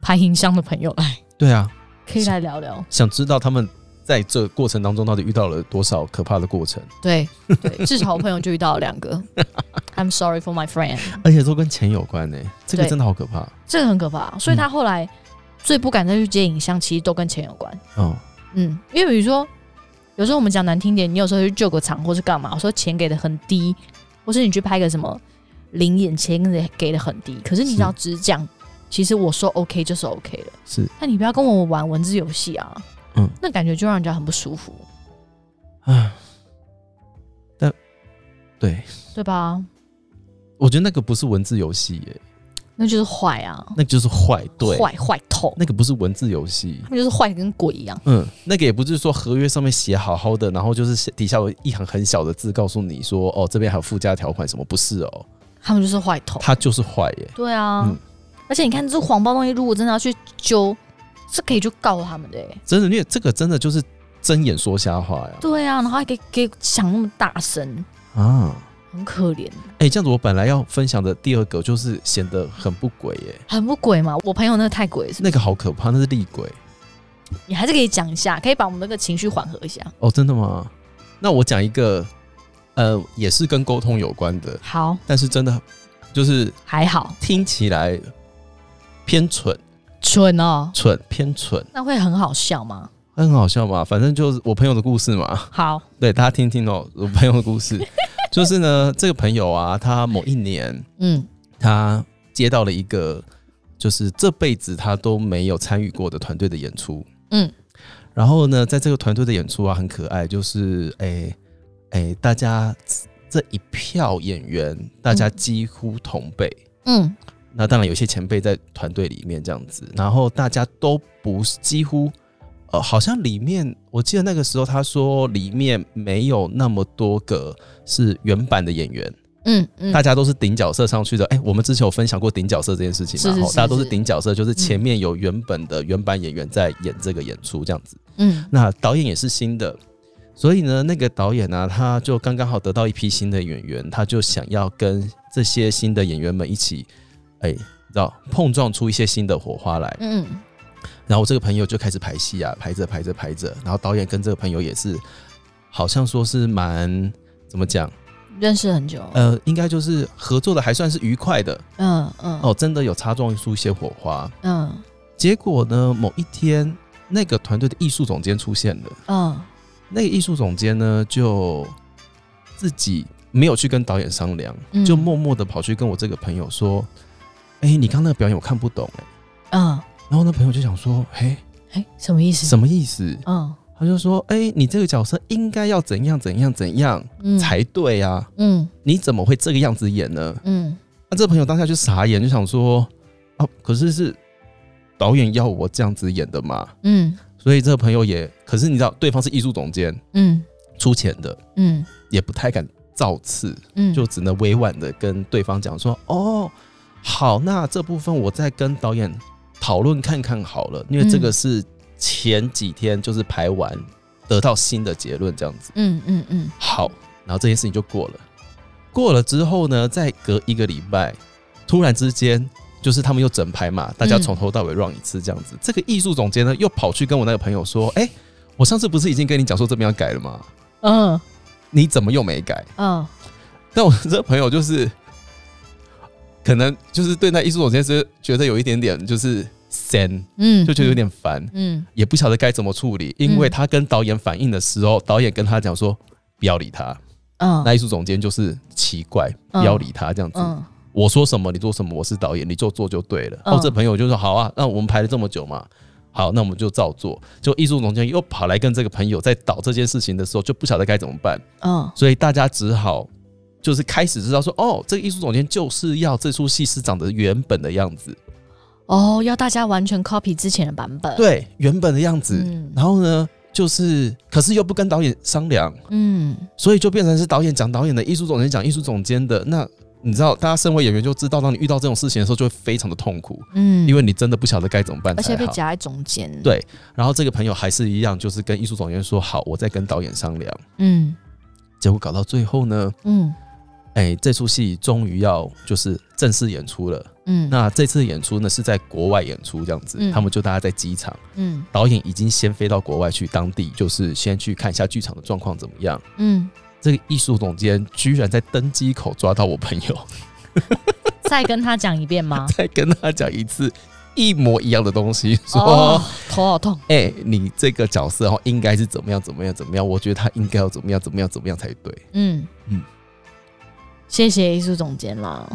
Speaker 2: 拍影像的朋友来，
Speaker 1: 对啊，
Speaker 2: 可以来聊聊。
Speaker 1: 想知道他们在这过程当中到底遇到了多少可怕的过程，
Speaker 2: 对对，至少我朋友就遇到了两个。I'm sorry for my friend，
Speaker 1: 而且都跟钱有关呢、这个
Speaker 2: 对
Speaker 1: 真的好可怕。
Speaker 2: 这个很可怕。所以
Speaker 1: 嗯
Speaker 2: 他后来最不敢再去接影像，其实都跟钱有关。
Speaker 1: 哦，
Speaker 2: 嗯，因为比如说，有时候我们讲难听点，你有时候去救个场或是干嘛，我说钱给的很低，或是你去拍个什么零眼钱给给的很低，可是你只要只讲，其实我说 OK 就是 OK 了。
Speaker 1: 是
Speaker 2: 那你不要跟我玩文字游戏啊，
Speaker 1: 嗯
Speaker 2: 那感觉就让人家很不舒服，
Speaker 1: 啊，但对
Speaker 2: 对吧？
Speaker 1: 我觉得那个不是文字游戏耶，
Speaker 2: 那就是坏啊，
Speaker 1: 那就是坏，对，
Speaker 2: 坏坏透，
Speaker 1: 那个不是文字游戏。
Speaker 2: 那就是坏得跟鬼一样。
Speaker 1: 嗯，那个也不是说合约上面写好好的，然后就是写底下有一行很小的字告诉你说，哦，这边还有附加条款什么，不是哦，
Speaker 2: 他们就是坏头。
Speaker 1: 它就是坏耶。
Speaker 2: 对啊，
Speaker 1: 嗯
Speaker 2: 而且你看这谎报东西，如果真的要去揪，是可以去告他们的、欸。
Speaker 1: 真的，因为这个真的就是睁眼说瞎话呀。
Speaker 2: 对啊，然后还给给讲那么大声，
Speaker 1: 啊，
Speaker 2: 很可怜，
Speaker 1: 哎、这样子我本来要分享的第二个就是显得很不轨耶，
Speaker 2: 很不鬼嘛。我朋友那个太鬼了，是不
Speaker 1: 那
Speaker 2: 是？
Speaker 1: 个好可怕，那是厉鬼
Speaker 2: 你还是可以讲一下，可以把我们那个情绪缓和一下。
Speaker 1: 哦，真的吗？那我讲一个，呃，也是跟沟通有关的，
Speaker 2: 好，
Speaker 1: 但是真的就是
Speaker 2: 还好，
Speaker 1: 听起来偏蠢，
Speaker 2: 蠢哦，
Speaker 1: 蠢偏蠢，
Speaker 2: 那会很好笑吗？
Speaker 1: 很好笑嘛，反正就是我朋友的故事嘛。
Speaker 2: 好，
Speaker 1: 对，大家听听哦，我朋友的故事， 就是呢，这个朋友啊，他某一年
Speaker 2: 嗯，
Speaker 1: 他接到了一个就是这辈子他都没有参与过的团队的演出。
Speaker 2: 嗯，
Speaker 1: 然后呢，在这个团队的演出啊，很可爱，就是哎哎，大家这一票演员，大家
Speaker 2: 嗯
Speaker 1: 几乎同辈。
Speaker 2: 嗯
Speaker 1: 那当然有些前辈在团队里面这样子，然后大家都不是几乎，呃，好像里面我记得那个时候他说里面没有那么多个是原版的演员，
Speaker 2: 嗯嗯，
Speaker 1: 大家都是顶角色上去的。哎、我们之前有分享过顶角色这件事情嘛，
Speaker 2: 是是
Speaker 1: 吼
Speaker 2: 是
Speaker 1: 大家都是
Speaker 2: 是
Speaker 1: 顶角色，就是前面有原本的原版演员在演这个演出这样子。
Speaker 2: 嗯
Speaker 1: 那导演也是新的，所以呢，那个导演呢、他就刚刚好得到一批新的演员，他就想要跟这些新的演员们一起，哎、你知道碰撞出一些新的火花来。
Speaker 2: 嗯
Speaker 1: 然后我这个朋友就开始排戏啊，排着排着排着，然后导演跟这个朋友也是，好像说是蛮怎么讲，
Speaker 2: 嗯，认识很久了，
Speaker 1: 呃，应该就是合作的还算是愉快的
Speaker 2: 嗯嗯
Speaker 1: 哦，真的有擦撞出一些火花。
Speaker 2: 嗯
Speaker 1: 结果呢，某一天那个团队的艺术总监出现了。
Speaker 2: 嗯
Speaker 1: 那个艺术总监呢，就自己没有去跟导演商量，
Speaker 2: 嗯
Speaker 1: 就默默的跑去跟我这个朋友说：“哎、你刚刚那个表演我看不懂、欸。
Speaker 2: 嗯，”
Speaker 1: 然后那朋友就想说：“嘿，
Speaker 2: 哎，什么意思？
Speaker 1: 什么意思
Speaker 2: 嗯？”
Speaker 1: 他就说：“哎、你这个角色应该要怎样怎样怎样
Speaker 2: 嗯
Speaker 1: 才对啊？
Speaker 2: 嗯
Speaker 1: 你怎么会这个样子演呢
Speaker 2: 嗯？”
Speaker 1: 那这个朋友当下就傻眼，就想说：“啊，可是是导演要我这样子演的嘛？”
Speaker 2: 嗯
Speaker 1: 所以这个朋友也，可是你知道，对方是艺术总监
Speaker 2: 嗯
Speaker 1: 出钱的，
Speaker 2: 嗯
Speaker 1: 也不太敢造次，
Speaker 2: 嗯，
Speaker 1: 就只能委婉的跟对方讲说：“哦，好，那这部分我再跟导演讨论看看好了，因为这个是前几天就是排完得到新的结论这样子。
Speaker 2: 嗯嗯嗯”
Speaker 1: 好，然后这件事情就过了。过了之后呢，再隔一个礼拜，突然之间。就是他们又整排嘛，大家
Speaker 2: 嗯
Speaker 1: 从头到尾 run 一次这样子。这个艺术总监呢，又跑去跟我那个朋友说：“哎、我上次不是已经跟你讲说这边要改了吗？
Speaker 2: 嗯
Speaker 1: 你怎么又没改？”
Speaker 2: 嗯
Speaker 1: 但我这朋友就是，可能就是对那艺术总监是觉得有一点点就是闲，
Speaker 2: 嗯，
Speaker 1: 就觉得有点烦，
Speaker 2: 嗯
Speaker 1: 也不晓得该怎么处理。因为他跟导演反映的时候，导演跟他讲说不要理他。
Speaker 2: 嗯
Speaker 1: 那艺术总监就是奇怪，
Speaker 2: 嗯
Speaker 1: 不要理他这样子。
Speaker 2: 嗯
Speaker 1: 我说什么你做什么，我是导演，你就做就对了。哦
Speaker 2: 嗯
Speaker 1: 然后这朋友就说好啊，那我们排了这么久嘛。好，那我们就照做。就艺术总监又跑来跟这个朋友在导这件事情的时候，就不晓得该怎么办。
Speaker 2: 嗯
Speaker 1: 所以大家只好就是开始知道说，哦，这个艺术总监就是要这出戏是长得原本的样子，
Speaker 2: 哦，要大家完全 copy 之前的版本，，
Speaker 1: 对，原本的样子。
Speaker 2: 嗯
Speaker 1: 然后呢，就是可是又不跟导演商量，
Speaker 2: 嗯
Speaker 1: 所以就变成是导演讲导演的，艺术总监讲艺术总监的。那你知道，大家身为演员就知道，当你遇到这种事情的时候，就会非常的痛苦，
Speaker 2: 嗯，
Speaker 1: 因为你真的不晓得该怎么办
Speaker 2: 而且
Speaker 1: 才
Speaker 2: 被
Speaker 1: 好。
Speaker 2: 夹在中间，
Speaker 1: 对然后这个朋友还是一样，就是跟艺术总监说好，我再跟导演商量。
Speaker 2: 嗯
Speaker 1: 结果搞到最后呢，
Speaker 2: 嗯
Speaker 1: 哎、这出戏终于要就是正式演出了。
Speaker 2: 嗯，
Speaker 1: 那这次演出呢是在国外演出，这样子，
Speaker 2: 嗯
Speaker 1: 他们就大家在机场，
Speaker 2: 嗯
Speaker 1: 导演已经先飞到国外去，当地就是先去看一下剧场的状况怎么样。
Speaker 2: 嗯，
Speaker 1: 这个艺术总监居然在登机口抓到我朋友，
Speaker 2: 再跟他讲一遍吗？
Speaker 1: 再跟他讲一次一模一样的东西，说：“哎、
Speaker 2: 哦，头好痛，
Speaker 1: 你这个角色哦，应该是怎么样怎么样怎么样，我觉得他应该要怎么样怎么样怎么样才对。
Speaker 2: 嗯
Speaker 1: 嗯
Speaker 2: 嗯，谢谢艺术总监啦，”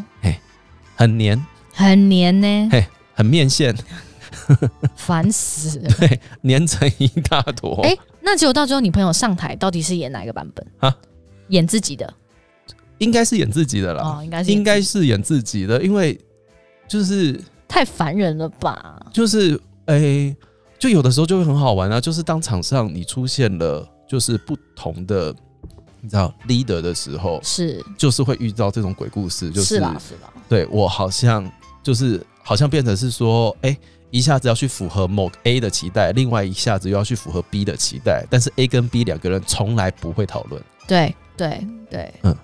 Speaker 1: 很黏，
Speaker 2: 很黏 呢，
Speaker 1: 很面线，
Speaker 2: 烦死了。
Speaker 1: 对，黏成一大 坨。
Speaker 2: 哎、那结果到最后你朋友上台到底是演哪一个版本
Speaker 1: 啊？
Speaker 2: 演自己的
Speaker 1: 应该是演自己的啦，
Speaker 2: 哦，应该是演
Speaker 1: 应该
Speaker 2: 自己
Speaker 1: 是演自己的，因为就是。
Speaker 2: 太烦人了吧？
Speaker 1: 就是诶、就有的时候就会很好玩啊。就是当场上你出现了就是不同的，你知道 leader 的时候，
Speaker 2: 是
Speaker 1: 就是会遇到这种鬼故事，就是
Speaker 2: 啦是啦，
Speaker 1: 对我好像就是好像变成是说，诶，一下子要去符合某个 A 的期待，另外一下子又要去符合 B 的期待，但是 A 跟 B 两个人从来不会讨论，
Speaker 2: 对对对，
Speaker 1: 嗯
Speaker 2: 嗯，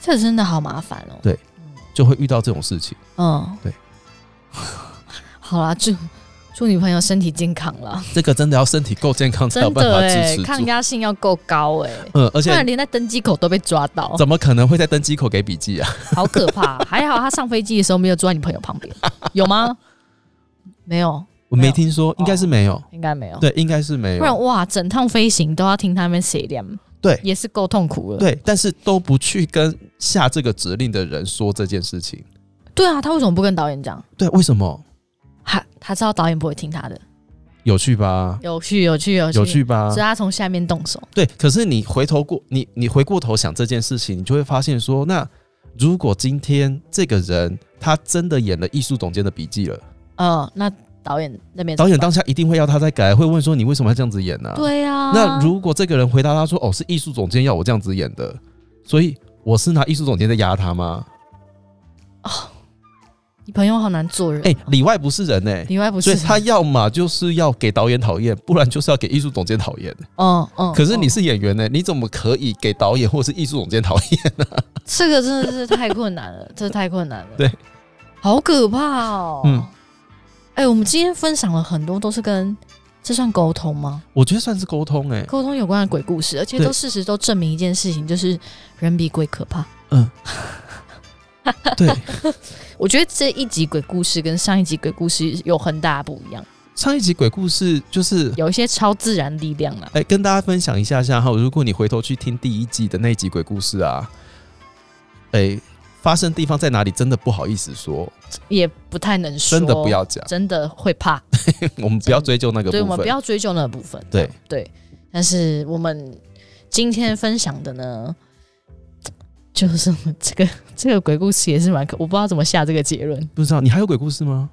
Speaker 2: 这真的好麻烦哦。
Speaker 1: 对就会遇到这种事情。
Speaker 2: 嗯，
Speaker 1: 对。
Speaker 2: 好啦，祝祝女朋友身体健康啦！
Speaker 1: 这个真的要身体够健 康才有
Speaker 2: 真
Speaker 1: 办法
Speaker 2: 的
Speaker 1: 支
Speaker 2: 哎、
Speaker 1: 持
Speaker 2: 抗
Speaker 1: 住。
Speaker 2: 压性要够高哎、
Speaker 1: 嗯，而
Speaker 2: 不
Speaker 1: 且
Speaker 2: 然连在登机口都被抓 到，
Speaker 1: 怎么可能会在登机口给笔记啊？
Speaker 2: 好可怕！还好他上飞机的时候没有坐在你朋友旁边，有吗？没有，
Speaker 1: 我
Speaker 2: 没
Speaker 1: 没
Speaker 2: 有
Speaker 1: 听说，应该是没有。
Speaker 2: 应该没有。
Speaker 1: 对，应该是没有。
Speaker 2: 不然哇，整趟飞行都要听他们谁念，
Speaker 1: 对
Speaker 2: 也是够痛苦了。
Speaker 1: 对，但是都不去跟下这个指令的人说这件事情。
Speaker 2: 对啊，他为什么不跟导演讲？
Speaker 1: 对，为什么？
Speaker 2: 他他知道导演不会听他的，
Speaker 1: 有趣吧？
Speaker 2: 有趣，有趣，有趣，
Speaker 1: 有趣吧
Speaker 2: 所以？他从下面动手。
Speaker 1: 对，可是你回头过，你你回过头想这件事情，你就会发现说，那如果今天这个人他真的演了艺术总监的笔记了，
Speaker 2: 嗯，那导演那边怎
Speaker 1: 导
Speaker 2: 么
Speaker 1: 演
Speaker 2: 办
Speaker 1: 当下一定会要他再改，会问说你为什么要这样子演呢、
Speaker 2: 对啊，
Speaker 1: 那如果这个人回答他说：“哦，是艺术总监要我这样子演的，所以我是拿艺术总监在压他吗
Speaker 2: 哦你朋友好难做人？”，哦
Speaker 1: 哎、里外不是人哎、
Speaker 2: 里外不
Speaker 1: 所
Speaker 2: 是
Speaker 1: 以
Speaker 2: 人
Speaker 1: 他，要么就是要给导演讨厌，不然就是要给艺术总监讨厌。
Speaker 2: 嗯嗯。
Speaker 1: 可是你
Speaker 2: 嗯
Speaker 1: 是演员呢、你怎么可以给导演或是艺术总监讨厌？
Speaker 2: 这个真的是太困难了， 这太困难了，
Speaker 1: 对，
Speaker 2: 好可怕哦。
Speaker 1: 嗯，
Speaker 2: 哎、我们今天分享了很多都是跟这算沟通吗？
Speaker 1: 我觉得算是沟通哎、
Speaker 2: 沟通有关的鬼故事，而且
Speaker 1: 对
Speaker 2: 都事实都证明一件事情，就是人比鬼可怕。
Speaker 1: 嗯，对，
Speaker 2: 我觉得这一集鬼故事跟上一集鬼故事有很大不一样，
Speaker 1: 上一集鬼故事就是。
Speaker 2: 有一些超自然力量 啊。
Speaker 1: 哎、跟大家分享一下下哈，如果你回头去听第一季的那一集鬼故事啊，哎、发生地方在哪里，真的不好意思说，
Speaker 2: 也不太能说，
Speaker 1: 真的不，要讲，
Speaker 2: 真的会怕，
Speaker 1: 我们不要追究那个
Speaker 2: 对我
Speaker 1: 部
Speaker 2: 们不
Speaker 1: 分。
Speaker 2: 要追究那个部分，
Speaker 1: 对
Speaker 2: 对。但是我们今天分享的呢，就是我们这个这个鬼故事也是蛮可，我不知道怎么下这个结论。
Speaker 1: 不知道你还有鬼故事吗？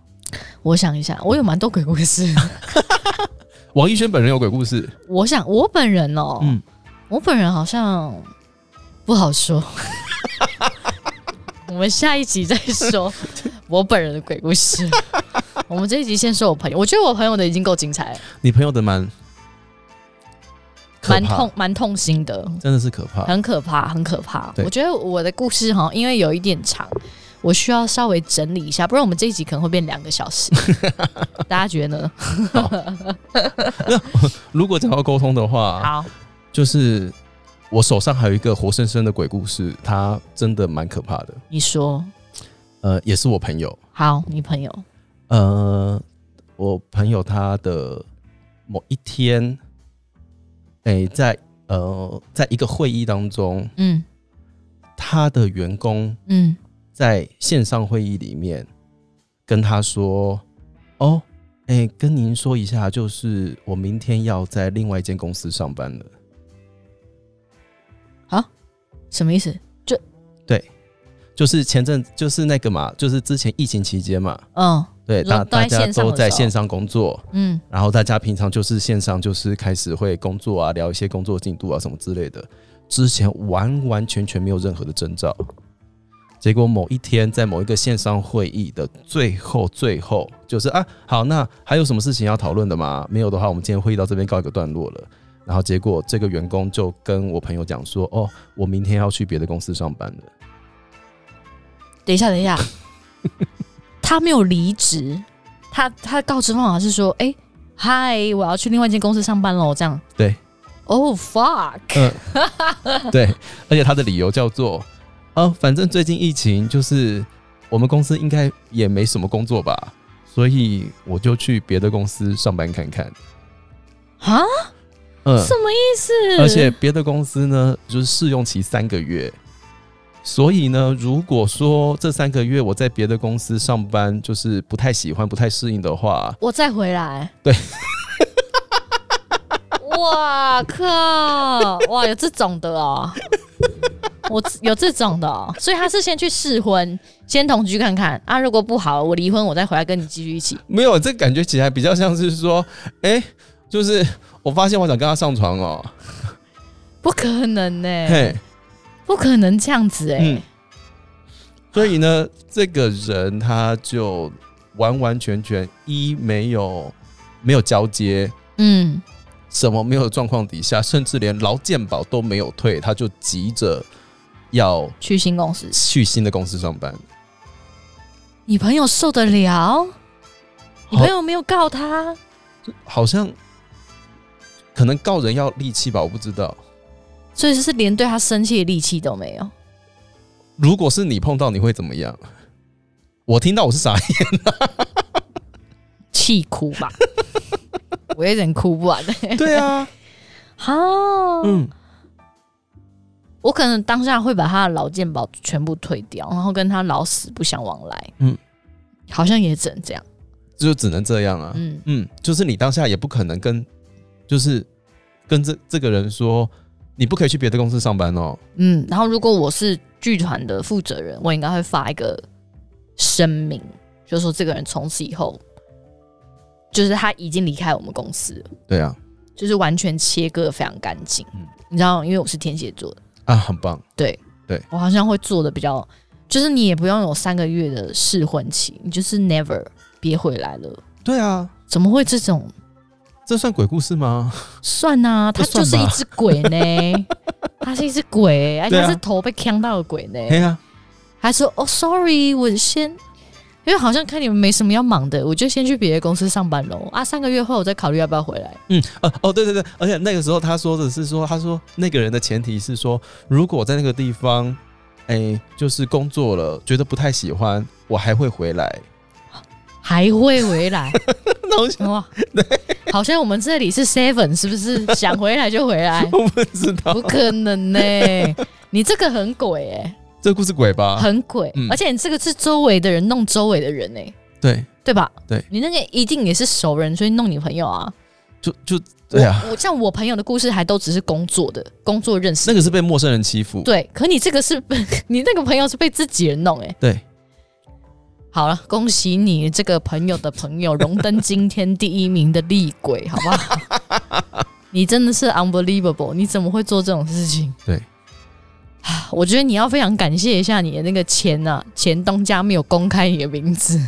Speaker 2: 我想一下，我有蛮多鬼故事。
Speaker 1: 王一轩本人有鬼故事，
Speaker 2: 我想我本人哦，
Speaker 1: 嗯，
Speaker 2: 我本人好像不 好说。我们下一集再说 我本人的鬼故事。我们这一集先说我朋友，我觉得我朋友的已经够精彩了，
Speaker 1: 你朋友的蛮可
Speaker 2: 蛮
Speaker 1: 怕
Speaker 2: 痛，蛮痛心的，
Speaker 1: 真的是可怕。
Speaker 2: 很可怕，很可怕。
Speaker 1: 对
Speaker 2: 我觉得我的故事哈，因为有一点长，我需要稍微整理一下，不然我们这一集可能会变两个 小时。大家觉得呢？
Speaker 1: 如果讲到沟通的话，
Speaker 2: 好，
Speaker 1: 就是我手上还有一个活生生的鬼故事，它真的蛮可怕的。
Speaker 2: 你说。
Speaker 1: 呃，也是我朋友，
Speaker 2: 好，你朋友，
Speaker 1: 呃，我朋友他的某一天，哎、在呃，在一个会议当中，
Speaker 2: 嗯
Speaker 1: 他的员工
Speaker 2: 嗯，
Speaker 1: 在线上会议里面跟他说：“哦，哎、跟您说一下，就是我明天要在另外一间公司上班了。
Speaker 2: 什么意思？
Speaker 1: 就是前阵，就是那个嘛，就是之前疫情期间嘛，
Speaker 2: 嗯
Speaker 1: 对，
Speaker 2: 你
Speaker 1: 大
Speaker 2: 说都在
Speaker 1: 大家
Speaker 2: 线上
Speaker 1: 都
Speaker 2: 的
Speaker 1: 在
Speaker 2: 时候
Speaker 1: 线上工作，
Speaker 2: 嗯
Speaker 1: 然后大家平常就是线上就是开始会工作啊，聊一些工作进度啊什么之类的。之前完完全全没有任何的征兆，结果某一天在某一个线上会议的最后最后，就是啊，好，那还有什么事情要讨论的吗？没有的话，我们今天会议到这边告一个段落了。然后结果这个员工就跟我朋友讲说：“哦，我明天要去别的公司上班了。
Speaker 2: 等一下，等一下，他没有离职，他他告知方法是说，哎、嗨，我要去另外一间公司上班喽，这样。
Speaker 1: 对。
Speaker 2: Oh fuck！”
Speaker 1: 对，而且他的理由叫做：“啊，反正最近疫情，就是我们公司应该也没什么工作吧，所以我就去别的公司上班看看。
Speaker 2: 啊，”
Speaker 1: 嗯，
Speaker 2: 什么意思？
Speaker 1: 而且别的公司呢，就是试用期三个月，所以呢，如果说这三个月我在别的公司上班，就是不太喜欢、不太适应的话，
Speaker 2: 我再回来。
Speaker 1: 对。
Speaker 2: 哇靠！哇，有这种的哦，我有这种的哦，所以他是先去试婚，先同居看看啊。如果不好，我离婚，我再回来跟你继续一起。
Speaker 1: 没有这感觉起来比较像是说，哎、就是我发现我想跟他上床哦，
Speaker 2: 不可能呢、
Speaker 1: 嘿。
Speaker 2: 不可能这样子哎、
Speaker 1: 嗯，所以呢，这个人他就完完全全一没有没有交接，
Speaker 2: 嗯
Speaker 1: 什么没有状况底下，甚至连劳健保都没有退，他就急着要
Speaker 2: 去新公司，
Speaker 1: 去新的公司上班。
Speaker 2: 你朋友受得了？你
Speaker 1: 好
Speaker 2: 朋友没有告他？
Speaker 1: 好像可能告人要力气吧，我不知道。
Speaker 2: 所以就是连对他生气的力气都没有。
Speaker 1: 如果是你碰到，你会怎么样？我听到我是傻眼，
Speaker 2: 气哭吧， 我有点哭不完。
Speaker 1: 对啊，
Speaker 2: 哈，
Speaker 1: 嗯，
Speaker 2: 我可能当下会把他的劳健保全部退掉，然后跟他老死不相往来。
Speaker 1: 嗯
Speaker 2: 嗯，好像也只能这样。
Speaker 1: 就只能这样啊。
Speaker 2: 嗯，
Speaker 1: 嗯，就是你当下也不可能跟，就是跟这这个人说，你不可以去别的公司上班哦。
Speaker 2: 嗯，然后如果我是剧团的负责人，我应该会发一个声明，就是说这个人从此以后，就是他已经离开我们公司了，
Speaker 1: 对啊，
Speaker 2: 就是完全切割得非常干净。
Speaker 1: 嗯
Speaker 2: 你知道，因为我是天蝎座的，
Speaker 1: 啊，很棒，
Speaker 2: 我好像会做的比较，就是你也不用有三个月的试婚期，你就是 never 别回来了。
Speaker 1: 对啊，
Speaker 2: 怎么会这种？
Speaker 1: 这算鬼故事吗？
Speaker 2: 算啊，
Speaker 1: 不
Speaker 2: 他就
Speaker 1: 算
Speaker 2: 是一
Speaker 1: 吧
Speaker 2: 只鬼呢，他是一只鬼、而且
Speaker 1: 对啊
Speaker 2: 他是头被呛到的鬼呢。
Speaker 1: 哎 呀、
Speaker 2: 还说哦，sorry，我先，因为好像看你们没什么要忙的，我就先去别的公司上班喽。啊，三个月后我再考虑要不要回来。
Speaker 1: 嗯，呃，哦，对对对，而且那个时候他说的是说，他说那个人的前提是说，如果我在那个地方，哎、就是工作了，觉得不太喜欢，我还会回来。
Speaker 2: 还会回来
Speaker 1: 那我想，
Speaker 2: 哇？好像我们这里是 seven，是不是？想回来就 回来，
Speaker 1: 我不知道
Speaker 2: 不可能呢、你这个很鬼哎、
Speaker 1: 这故事鬼吧？
Speaker 2: 很鬼，
Speaker 1: 嗯
Speaker 2: 而且你这个是周围的人弄周围的人哎、
Speaker 1: 对，
Speaker 2: 对吧？
Speaker 1: 对，
Speaker 2: 你那个一定也是熟人，所以弄你朋 友啊。
Speaker 1: 就就对啊，
Speaker 2: 我我像我朋友的故事还都只是工作的，工作认识
Speaker 1: 那个是被陌生人欺负。
Speaker 2: 对，可你这个是 你那个朋友是被自己人弄哎、
Speaker 1: 对，
Speaker 2: 好了，恭喜你这个朋友的朋友荣登今天第一名的厉鬼，好不好？ 你真的是 unbelievable，你怎么会做这种事情？
Speaker 1: 对
Speaker 2: 啊，我觉得你要非常感谢一下你的那个前呐、啊，前东家没有公开你的 名字，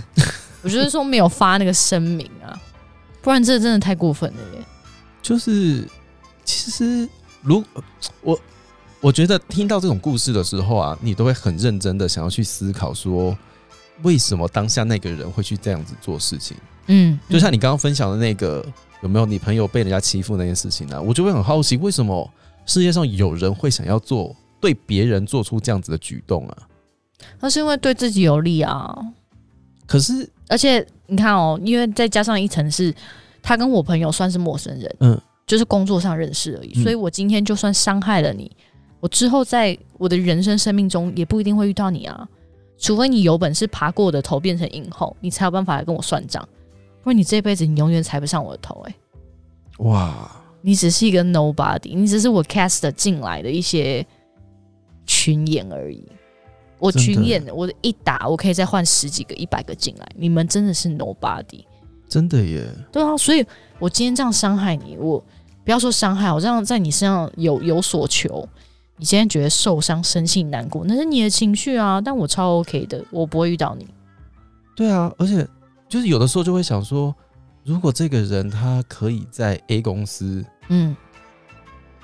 Speaker 2: 我就是说没有发那个声明啊，不然这真的太过分了耶。
Speaker 1: 就是其实如我我觉得听到这种故事的时候啊，你都会很认真的想要去思考说，为什么当下那个人会去这样子做事情。
Speaker 2: 嗯，
Speaker 1: 就像你刚刚分享的那个，有没有你朋友被人家欺负那件事情啊呢、我就会很好奇，为什么世界上有人会想要做对别人做出这样子的举动啊？
Speaker 2: 那是因为对自己有利啊，
Speaker 1: 可是，
Speaker 2: 而且你看哦，因为再加上一层是，他跟我朋友算是陌生人，
Speaker 1: 嗯，
Speaker 2: 就是工作上认识而已，
Speaker 1: 嗯
Speaker 2: 所以我今天就算伤害了你，我之后在我的人生生命中也不一定会遇到你啊，除非你有本事爬过我的头变成影后，你才有办法来跟我算账，不然你这辈子你永远踩不上我的头、欸，
Speaker 1: 哇，
Speaker 2: 你只是一个 nobody，你只是我 cast 进来的一些群演而已。我
Speaker 1: 真的
Speaker 2: 群演，我一打，我可以再换十几个、一百个进来。你们真的是 nobody，
Speaker 1: 真的耶，
Speaker 2: 对啊，所以我今天这样伤害你，我不要说伤害，我这样在你身上有有所求，你今天觉得受伤、生气、难过，那是你的情绪啊，但我超 OK 的，我不会遇到你。
Speaker 1: 对啊，而且就是有的时候就会想说，如果这个人他可以在 A 公司，
Speaker 2: 嗯，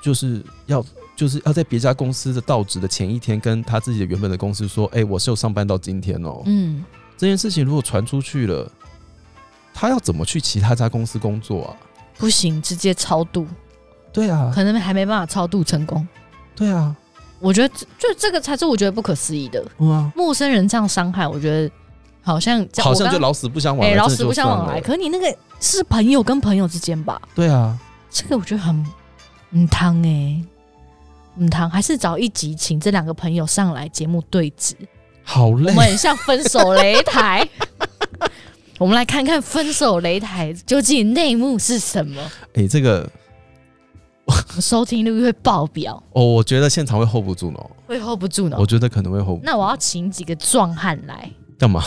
Speaker 1: 就是要就是要在别家公司的到职的前一天，跟他自己的原本的公司说，哎、我是有上班到今天哦、
Speaker 2: 嗯，
Speaker 1: 这件事情如果传出去了，他要怎么去其他家公司工作啊？
Speaker 2: 不行，直接超度，
Speaker 1: 对啊，
Speaker 2: 可能还没办法超度成功。
Speaker 1: 对啊，
Speaker 2: 我觉得这就这个才是我觉得不可思议的，
Speaker 1: 嗯啊，
Speaker 2: 陌生人这样伤害，我觉得好像这样
Speaker 1: 好像
Speaker 2: 我
Speaker 1: 就
Speaker 2: 刚
Speaker 1: 老死不相往
Speaker 2: 哎、
Speaker 1: 来，
Speaker 2: 老
Speaker 1: 真的
Speaker 2: 死不
Speaker 1: 就
Speaker 2: 相往
Speaker 1: 算
Speaker 2: 来。
Speaker 1: 了。
Speaker 2: 可你那个是朋友跟朋友之间吧？
Speaker 1: 对啊，
Speaker 2: 这个我觉得很嗯汤哎，嗯汤，还是找一集请这两个朋友上来节目对质，
Speaker 1: 好
Speaker 2: 我
Speaker 1: 累，
Speaker 2: 们很像分手擂 台。我们来看看分手擂台究竟内幕是什么，
Speaker 1: 哎、这个
Speaker 2: 我们收听率会爆表，
Speaker 1: 哦，我觉得现场会 hold 不住呢，
Speaker 2: 会 hold 不住呢
Speaker 1: 我。觉得可能会 hold 不住。
Speaker 2: 嗯那我要请几个壮汉来
Speaker 1: 干嘛？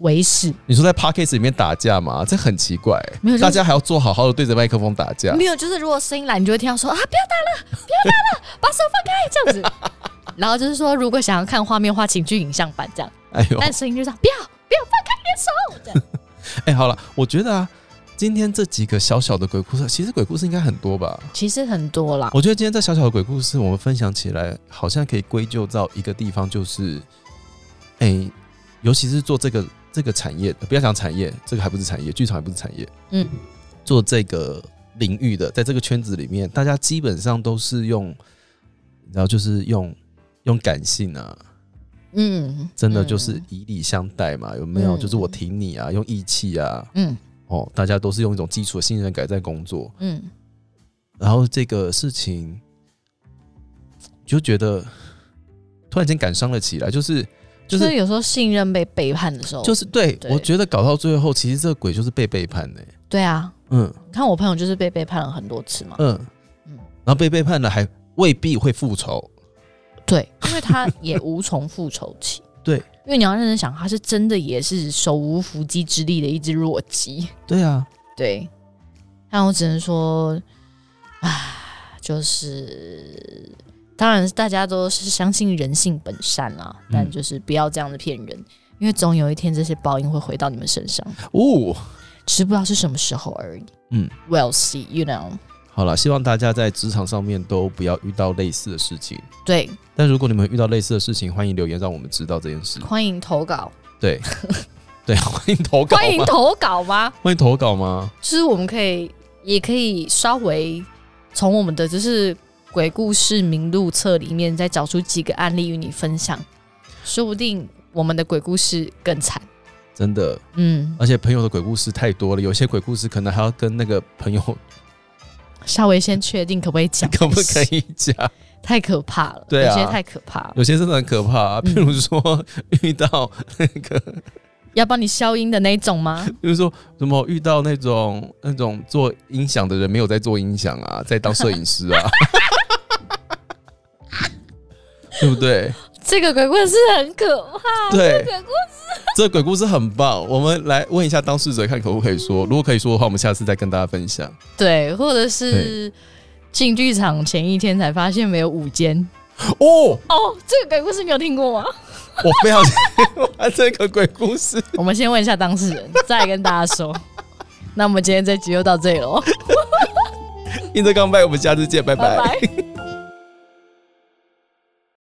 Speaker 2: 为师，
Speaker 1: 你说在 p o d c a s t 里面打架吗？这很奇怪、
Speaker 2: 没有就是
Speaker 1: 大家还要做好好的对着麦克风打架。
Speaker 2: 没有，就是如果声音来，你就会听到说啊，不要打了，不要打了，把 手放开这样子。然后就是说，如果想要看画面的话，请去影像版这样，
Speaker 1: 哎呦，
Speaker 2: 但声音就是不要不要放开你的手。
Speaker 1: 哎、好了，我觉得啊，今天这几个小小的鬼故事，其实鬼故事应该很多吧？
Speaker 2: 其实很多啦，
Speaker 1: 我觉得今天这小小的鬼故事，我们分享起来，好像可以归咎到一个地方，就是，哎、尤其是做这个这个产业，不要讲产业，这个还不是产业，剧场还不是产业，
Speaker 2: 嗯，
Speaker 1: 做这个领域的，在这个圈子里面，大家基本上都是用，然后就是用用感性啊，
Speaker 2: 嗯，
Speaker 1: 真的就是以礼相待嘛，有没有？
Speaker 2: 嗯
Speaker 1: 就是我挺你啊，用义气啊，
Speaker 2: 嗯
Speaker 1: 哦，大家都是用一种基础的信任感在工作，
Speaker 2: 嗯嗯
Speaker 1: 然后这个事情就觉得突然间感伤了起来，就是就是
Speaker 2: 所以有时候信任被背叛的时候，
Speaker 1: 就是对
Speaker 2: 对
Speaker 1: 我觉得搞到最后，其实这个鬼就是被背叛的、
Speaker 2: 对啊。
Speaker 1: 嗯
Speaker 2: 你看我朋友就是被背叛了很多次嘛，
Speaker 1: 嗯，然后被背叛了还未必会复仇，
Speaker 2: 对，因为他也无从复仇起。
Speaker 1: 对
Speaker 2: 因为你要认真想，他是真的也是手无缚鸡之力的一只弱鸡。
Speaker 1: 对啊，
Speaker 2: 对，但我只能说，唉，就是当然大家都是相信人性本善啦，
Speaker 1: 嗯
Speaker 2: 但就是不要这样子骗人，因为总有一天这些报应会回到你们身上，
Speaker 1: 哦，
Speaker 2: 只是不知道是什么时候而已。
Speaker 1: 嗯
Speaker 2: ，We'll see, you know。
Speaker 1: 好了，希望大家在职场上面都不要遇到类似的事情。
Speaker 2: 对，
Speaker 1: 但如果你们遇到类似的事情，欢迎留言让我们知道这件事。
Speaker 2: 欢迎投稿，
Speaker 1: 对，对，欢迎投稿吗，
Speaker 2: 欢迎投稿吗？
Speaker 1: 欢迎投稿吗？
Speaker 2: 就是我们可以，也可以稍微从我们的就是鬼故事名录册里面再找出几个案例与你分享，说不定我们的鬼故事更惨。
Speaker 1: 真的，
Speaker 2: 嗯，
Speaker 1: 而且朋友的鬼故事太多了，有些鬼故事可能还要跟那个朋 友
Speaker 2: 稍微先确定可不可以讲，
Speaker 1: 可不可？以讲，
Speaker 2: 太可怕了，
Speaker 1: 对啊
Speaker 2: 有些太可怕了。
Speaker 1: 有些真的很可怕、啊。
Speaker 2: 嗯
Speaker 1: 譬如说遇到那个，
Speaker 2: 要帮你消音的那一 种吗？
Speaker 1: 譬如说什么遇到那种那种做音响的人没有在做音响啊，在当摄影师啊， 对不对？
Speaker 2: 这个鬼故事很可怕，
Speaker 1: 对
Speaker 2: 这个鬼
Speaker 1: 这鬼故事很棒，我们来问一下当事者，看可不可以说。如果可以说的话，我们下次再跟大家分享。
Speaker 2: 对，或者是进剧场前一天才发现没有午间。
Speaker 1: 哦，
Speaker 2: 哦，这个鬼故事你有听过吗？
Speaker 1: 我非常喜欢这个鬼故事。
Speaker 2: 我们先问一下当事人，再来跟大家说。那我们今天这集就到这里喽，
Speaker 1: 硬着刚拜，我们下次见，拜
Speaker 2: 拜拜。